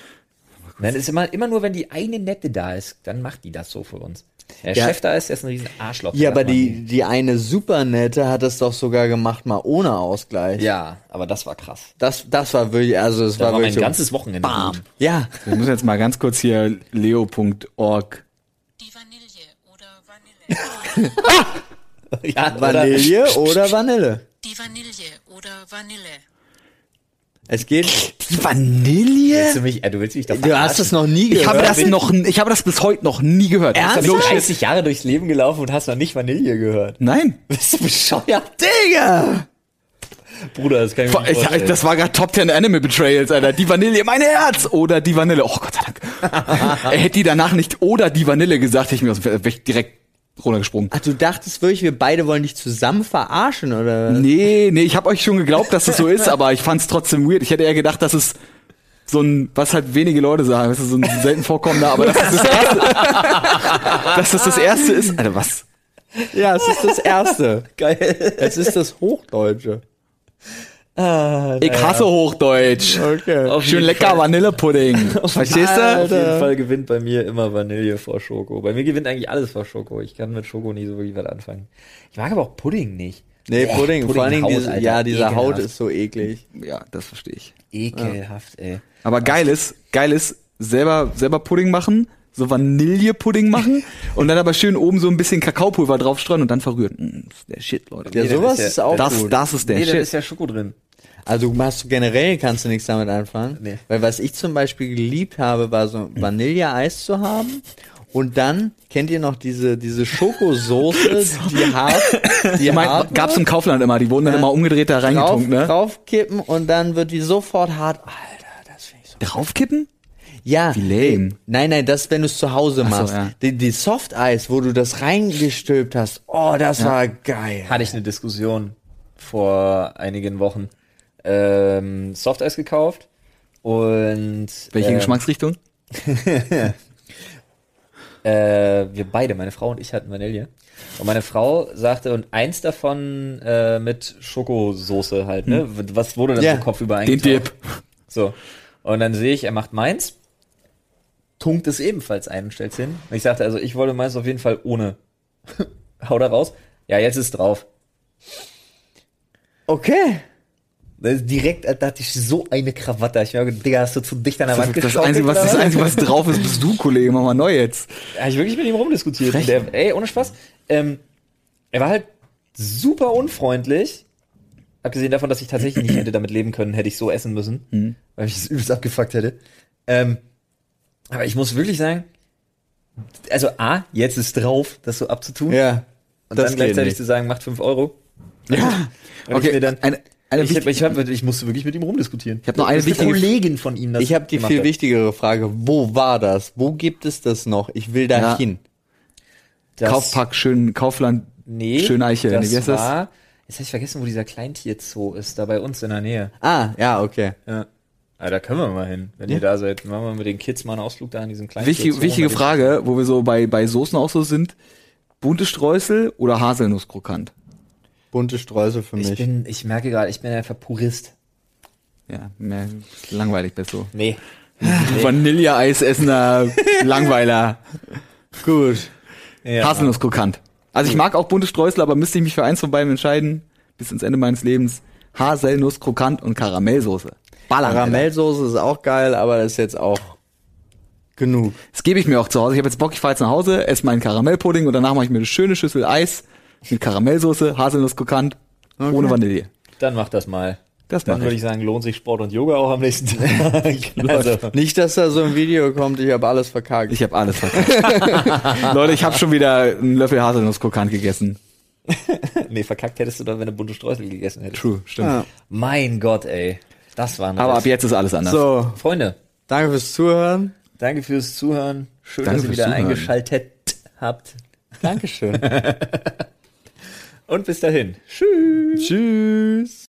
Nein, das ist immer, immer nur, wenn die eine Nette da ist, dann macht die das so für uns. Der
Ja.
Chef da ist, der ist ein riesen Arschloch.
Ja,
der
aber
darf man
die,
nicht.
die eine Supernette hat es doch sogar gemacht, mal ohne Ausgleich.
Ja, aber das war krass.
Das, das war wirklich, also es
Da
war,
war mein
wirklich. so-
ganzes Wochenende
Bam.
gut.
Ja.
Wir müssen jetzt mal ganz kurz hier leo.org.
Die Vanille oder Vanille.
Ja,
Vanille oder Vanille.
Die Vanille oder Vanille.
Es geht.
Die Vanille?
Willst du mich, äh, du willst mich doch
Du hast
verarschen?
es noch nie gehört.
Ich habe das noch, ich habe das bis heute noch nie gehört.
Du bist
Ernsthaft?
doch nicht 30 Jahre durchs Leben gelaufen und hast noch nicht Vanille gehört.
Nein.
Bist du bescheuert?
Digga!
Bruder, das kann ich mir
Boah,
nicht
Ich,
vorstellen.
das war gerade Top 10 Anime Betrayals, Alter. Die Vanille, mein Herz! Oder die Vanille. Oh Gott sei Dank. er hätte die danach nicht oder die Vanille gesagt, hätte ich mir aus dem Fe- wäre ich direkt runtergesprungen.
Ach, du dachtest wirklich, wir beide wollen dich zusammen verarschen, oder?
Nee, nee, ich habe euch schon geglaubt, dass es so ist, aber ich fand es trotzdem weird. Ich hätte eher gedacht, dass es so ein, was halt wenige Leute sagen, das ist so ein selten vorkommender, aber dass es das erste, dass es das erste ist. Alter, was?
Ja, es ist das Erste. Geil. Es ist das Hochdeutsche.
Ich hasse Hochdeutsch.
Okay.
Schön lecker Vanillepudding. Verstehst
Auf
du?
jeden Fall gewinnt bei mir immer Vanille vor Schoko. Bei mir gewinnt eigentlich alles vor Schoko. Ich kann mit Schoko nie so wirklich was anfangen. Ich mag aber auch Pudding nicht.
Nee,
Äh,
Pudding. Vor allen Dingen,
Haut,
diese,
Alter.
ja, diese
Ekelhaft.
Haut ist so eklig.
Ja, das verstehe ich.
ekelhaft, ey.
Aber geil ist, geil ist, selber, selber Pudding machen, so Vanillepudding machen und dann aber schön oben so ein bisschen Kakaopulver draufstreuen und dann verrühren. Mm, das ist der Shit, Leute.
Ja,
Nee, das
sowas
ist ja-
ist auch
das,
gut.
das ist der
nee, da
Shit.
ist ja Schoko drin.
Also machst du generell kannst du nichts damit anfangen.
Nee.
Weil was ich zum Beispiel geliebt habe, war so Vanilleeis zu haben. Und dann, kennt ihr noch diese, diese Schokosoße, die hart, die
Ich mein,
hart
gab's im Kaufland immer, die wurden dann immer umgedreht da
drauf,
reingetunkt, ne?
draufkippen und dann wird die sofort hart. Alter, das finde ich so.
Draufkippen?
Ja.
Wie lame.
Nein, nein, das, wenn du es zu Hause
so,
machst.
ja.
Die, die Soft-Eis, wo du das reingestülpt hast. Oh, das war geil.
Hatte ich eine Diskussion vor einigen Wochen. Ähm, Softeis gekauft und
Welche
ähm,
Geschmacksrichtung?
äh, wir beide, meine Frau und ich hatten Vanille. Und meine Frau sagte, und eins davon äh, mit Schokosoße halt, ne? Was wurde dann
Ja,
so Kopf über
Hm. Den Dip.
So. Und dann sehe ich, er macht meins, tunkt es ebenfalls ein und stellt hin. Und ich sagte, also ich wollte meins auf jeden Fall ohne. Hau da raus. Ja, jetzt ist drauf.
Okay.
Das ist direkt, da hatte ich so eine Krawatte. Ich mir gedacht, Digga, hast du zu dicht an der
Das,
Wand
ist das,
geschaut?
Einzige, was,
genau.
das Einzige, was drauf ist, bist du, Kollege. Mach mal neu jetzt.
Habe ich wirklich mit ihm rumdiskutiert. Und Der, ey, ohne Spaß. Ähm, er war halt super unfreundlich. Abgesehen davon, dass ich tatsächlich nicht hätte damit leben können, hätte ich so essen müssen,
Mhm.
weil ich es übelst abgefuckt hätte. Ähm, aber ich muss wirklich sagen, also A, jetzt ist drauf, das so abzutun.
Ja.
und
das
dann
geht
gleichzeitig
nicht.
zu sagen, macht 5 Euro.
Ja.
Und ich mir dann,
eine, eine
ich,
wichtige-
hab, ich, hab, ich musste wirklich mit ihm rumdiskutieren. Ich
hab noch eine wichtige-
Kollegin von ihm das
Ich habe die
gemacht
viel
hat.
wichtigere Frage. Wo war das? Wo gibt es das noch? Ich will da
Ja.
hin.
Das-
Kaufpack, schön, Kaufland,
Nee,
schön Eiche.
das
Nee, wie heißt das?
war, jetzt habe ich vergessen, wo dieser Kleintierzoo ist, da bei uns in der Nähe.
Ah, ja, okay.
Ja. Ah, da können wir mal hin, wenn ihr da seid. Machen wir mit den Kids mal einen Ausflug da in diesem kleinen
Wichtige, wichtige Frage, wo wir so bei, bei Soßen auch so sind. Bunte Streusel oder Haselnusskrokant?
Bunte Streusel für
Ich
mich.
bin, ich merke gerade, ich bin einfach Purist.
Ja, mehr, langweilig bist du.
Nee.
Vanilleeis essender äh, Langweiler.
Gut.
Ja.
Haselnusskrokant. Also ich mag auch bunte Streusel, aber müsste ich mich für eins von beiden entscheiden, bis ins Ende meines Lebens. Haselnusskrokant und Karamellsoße. Ballern. Alter.
Karamellsoße ist auch geil, aber das ist jetzt auch genug.
Das gebe ich mir auch zu Hause. Ich habe jetzt Bock, ich fahre jetzt nach Hause, esse meinen Karamellpudding und danach mache ich mir eine schöne Schüssel Eis mit Karamellsoße, Haselnusskrokant, ohne Vanille.
Dann mach das mal.
Das
Dann
mache
würde
ich.
ich sagen, lohnt sich Sport und Yoga auch am nächsten Tag.
genau.
also,
Nicht, dass da so ein Video kommt, ich habe alles verkackt.
Ich habe alles verkackt. Leute, ich habe schon wieder einen Löffel Haselnusskrokant gegessen.
nee, verkackt hättest du dann, wenn du bunte Streusel gegessen hättest.
True, stimmt.
Ja.
Mein Gott, ey. Das war ein
Aber ab
Riss.
jetzt ist alles anders.
so,
Freunde,
danke fürs Zuhören.
danke fürs Zuhören. Schön,
Danke
dass ihr
fürs
wieder
Zuhören.
eingeschaltet habt.
Dankeschön.
Und bis dahin.
Tschüss.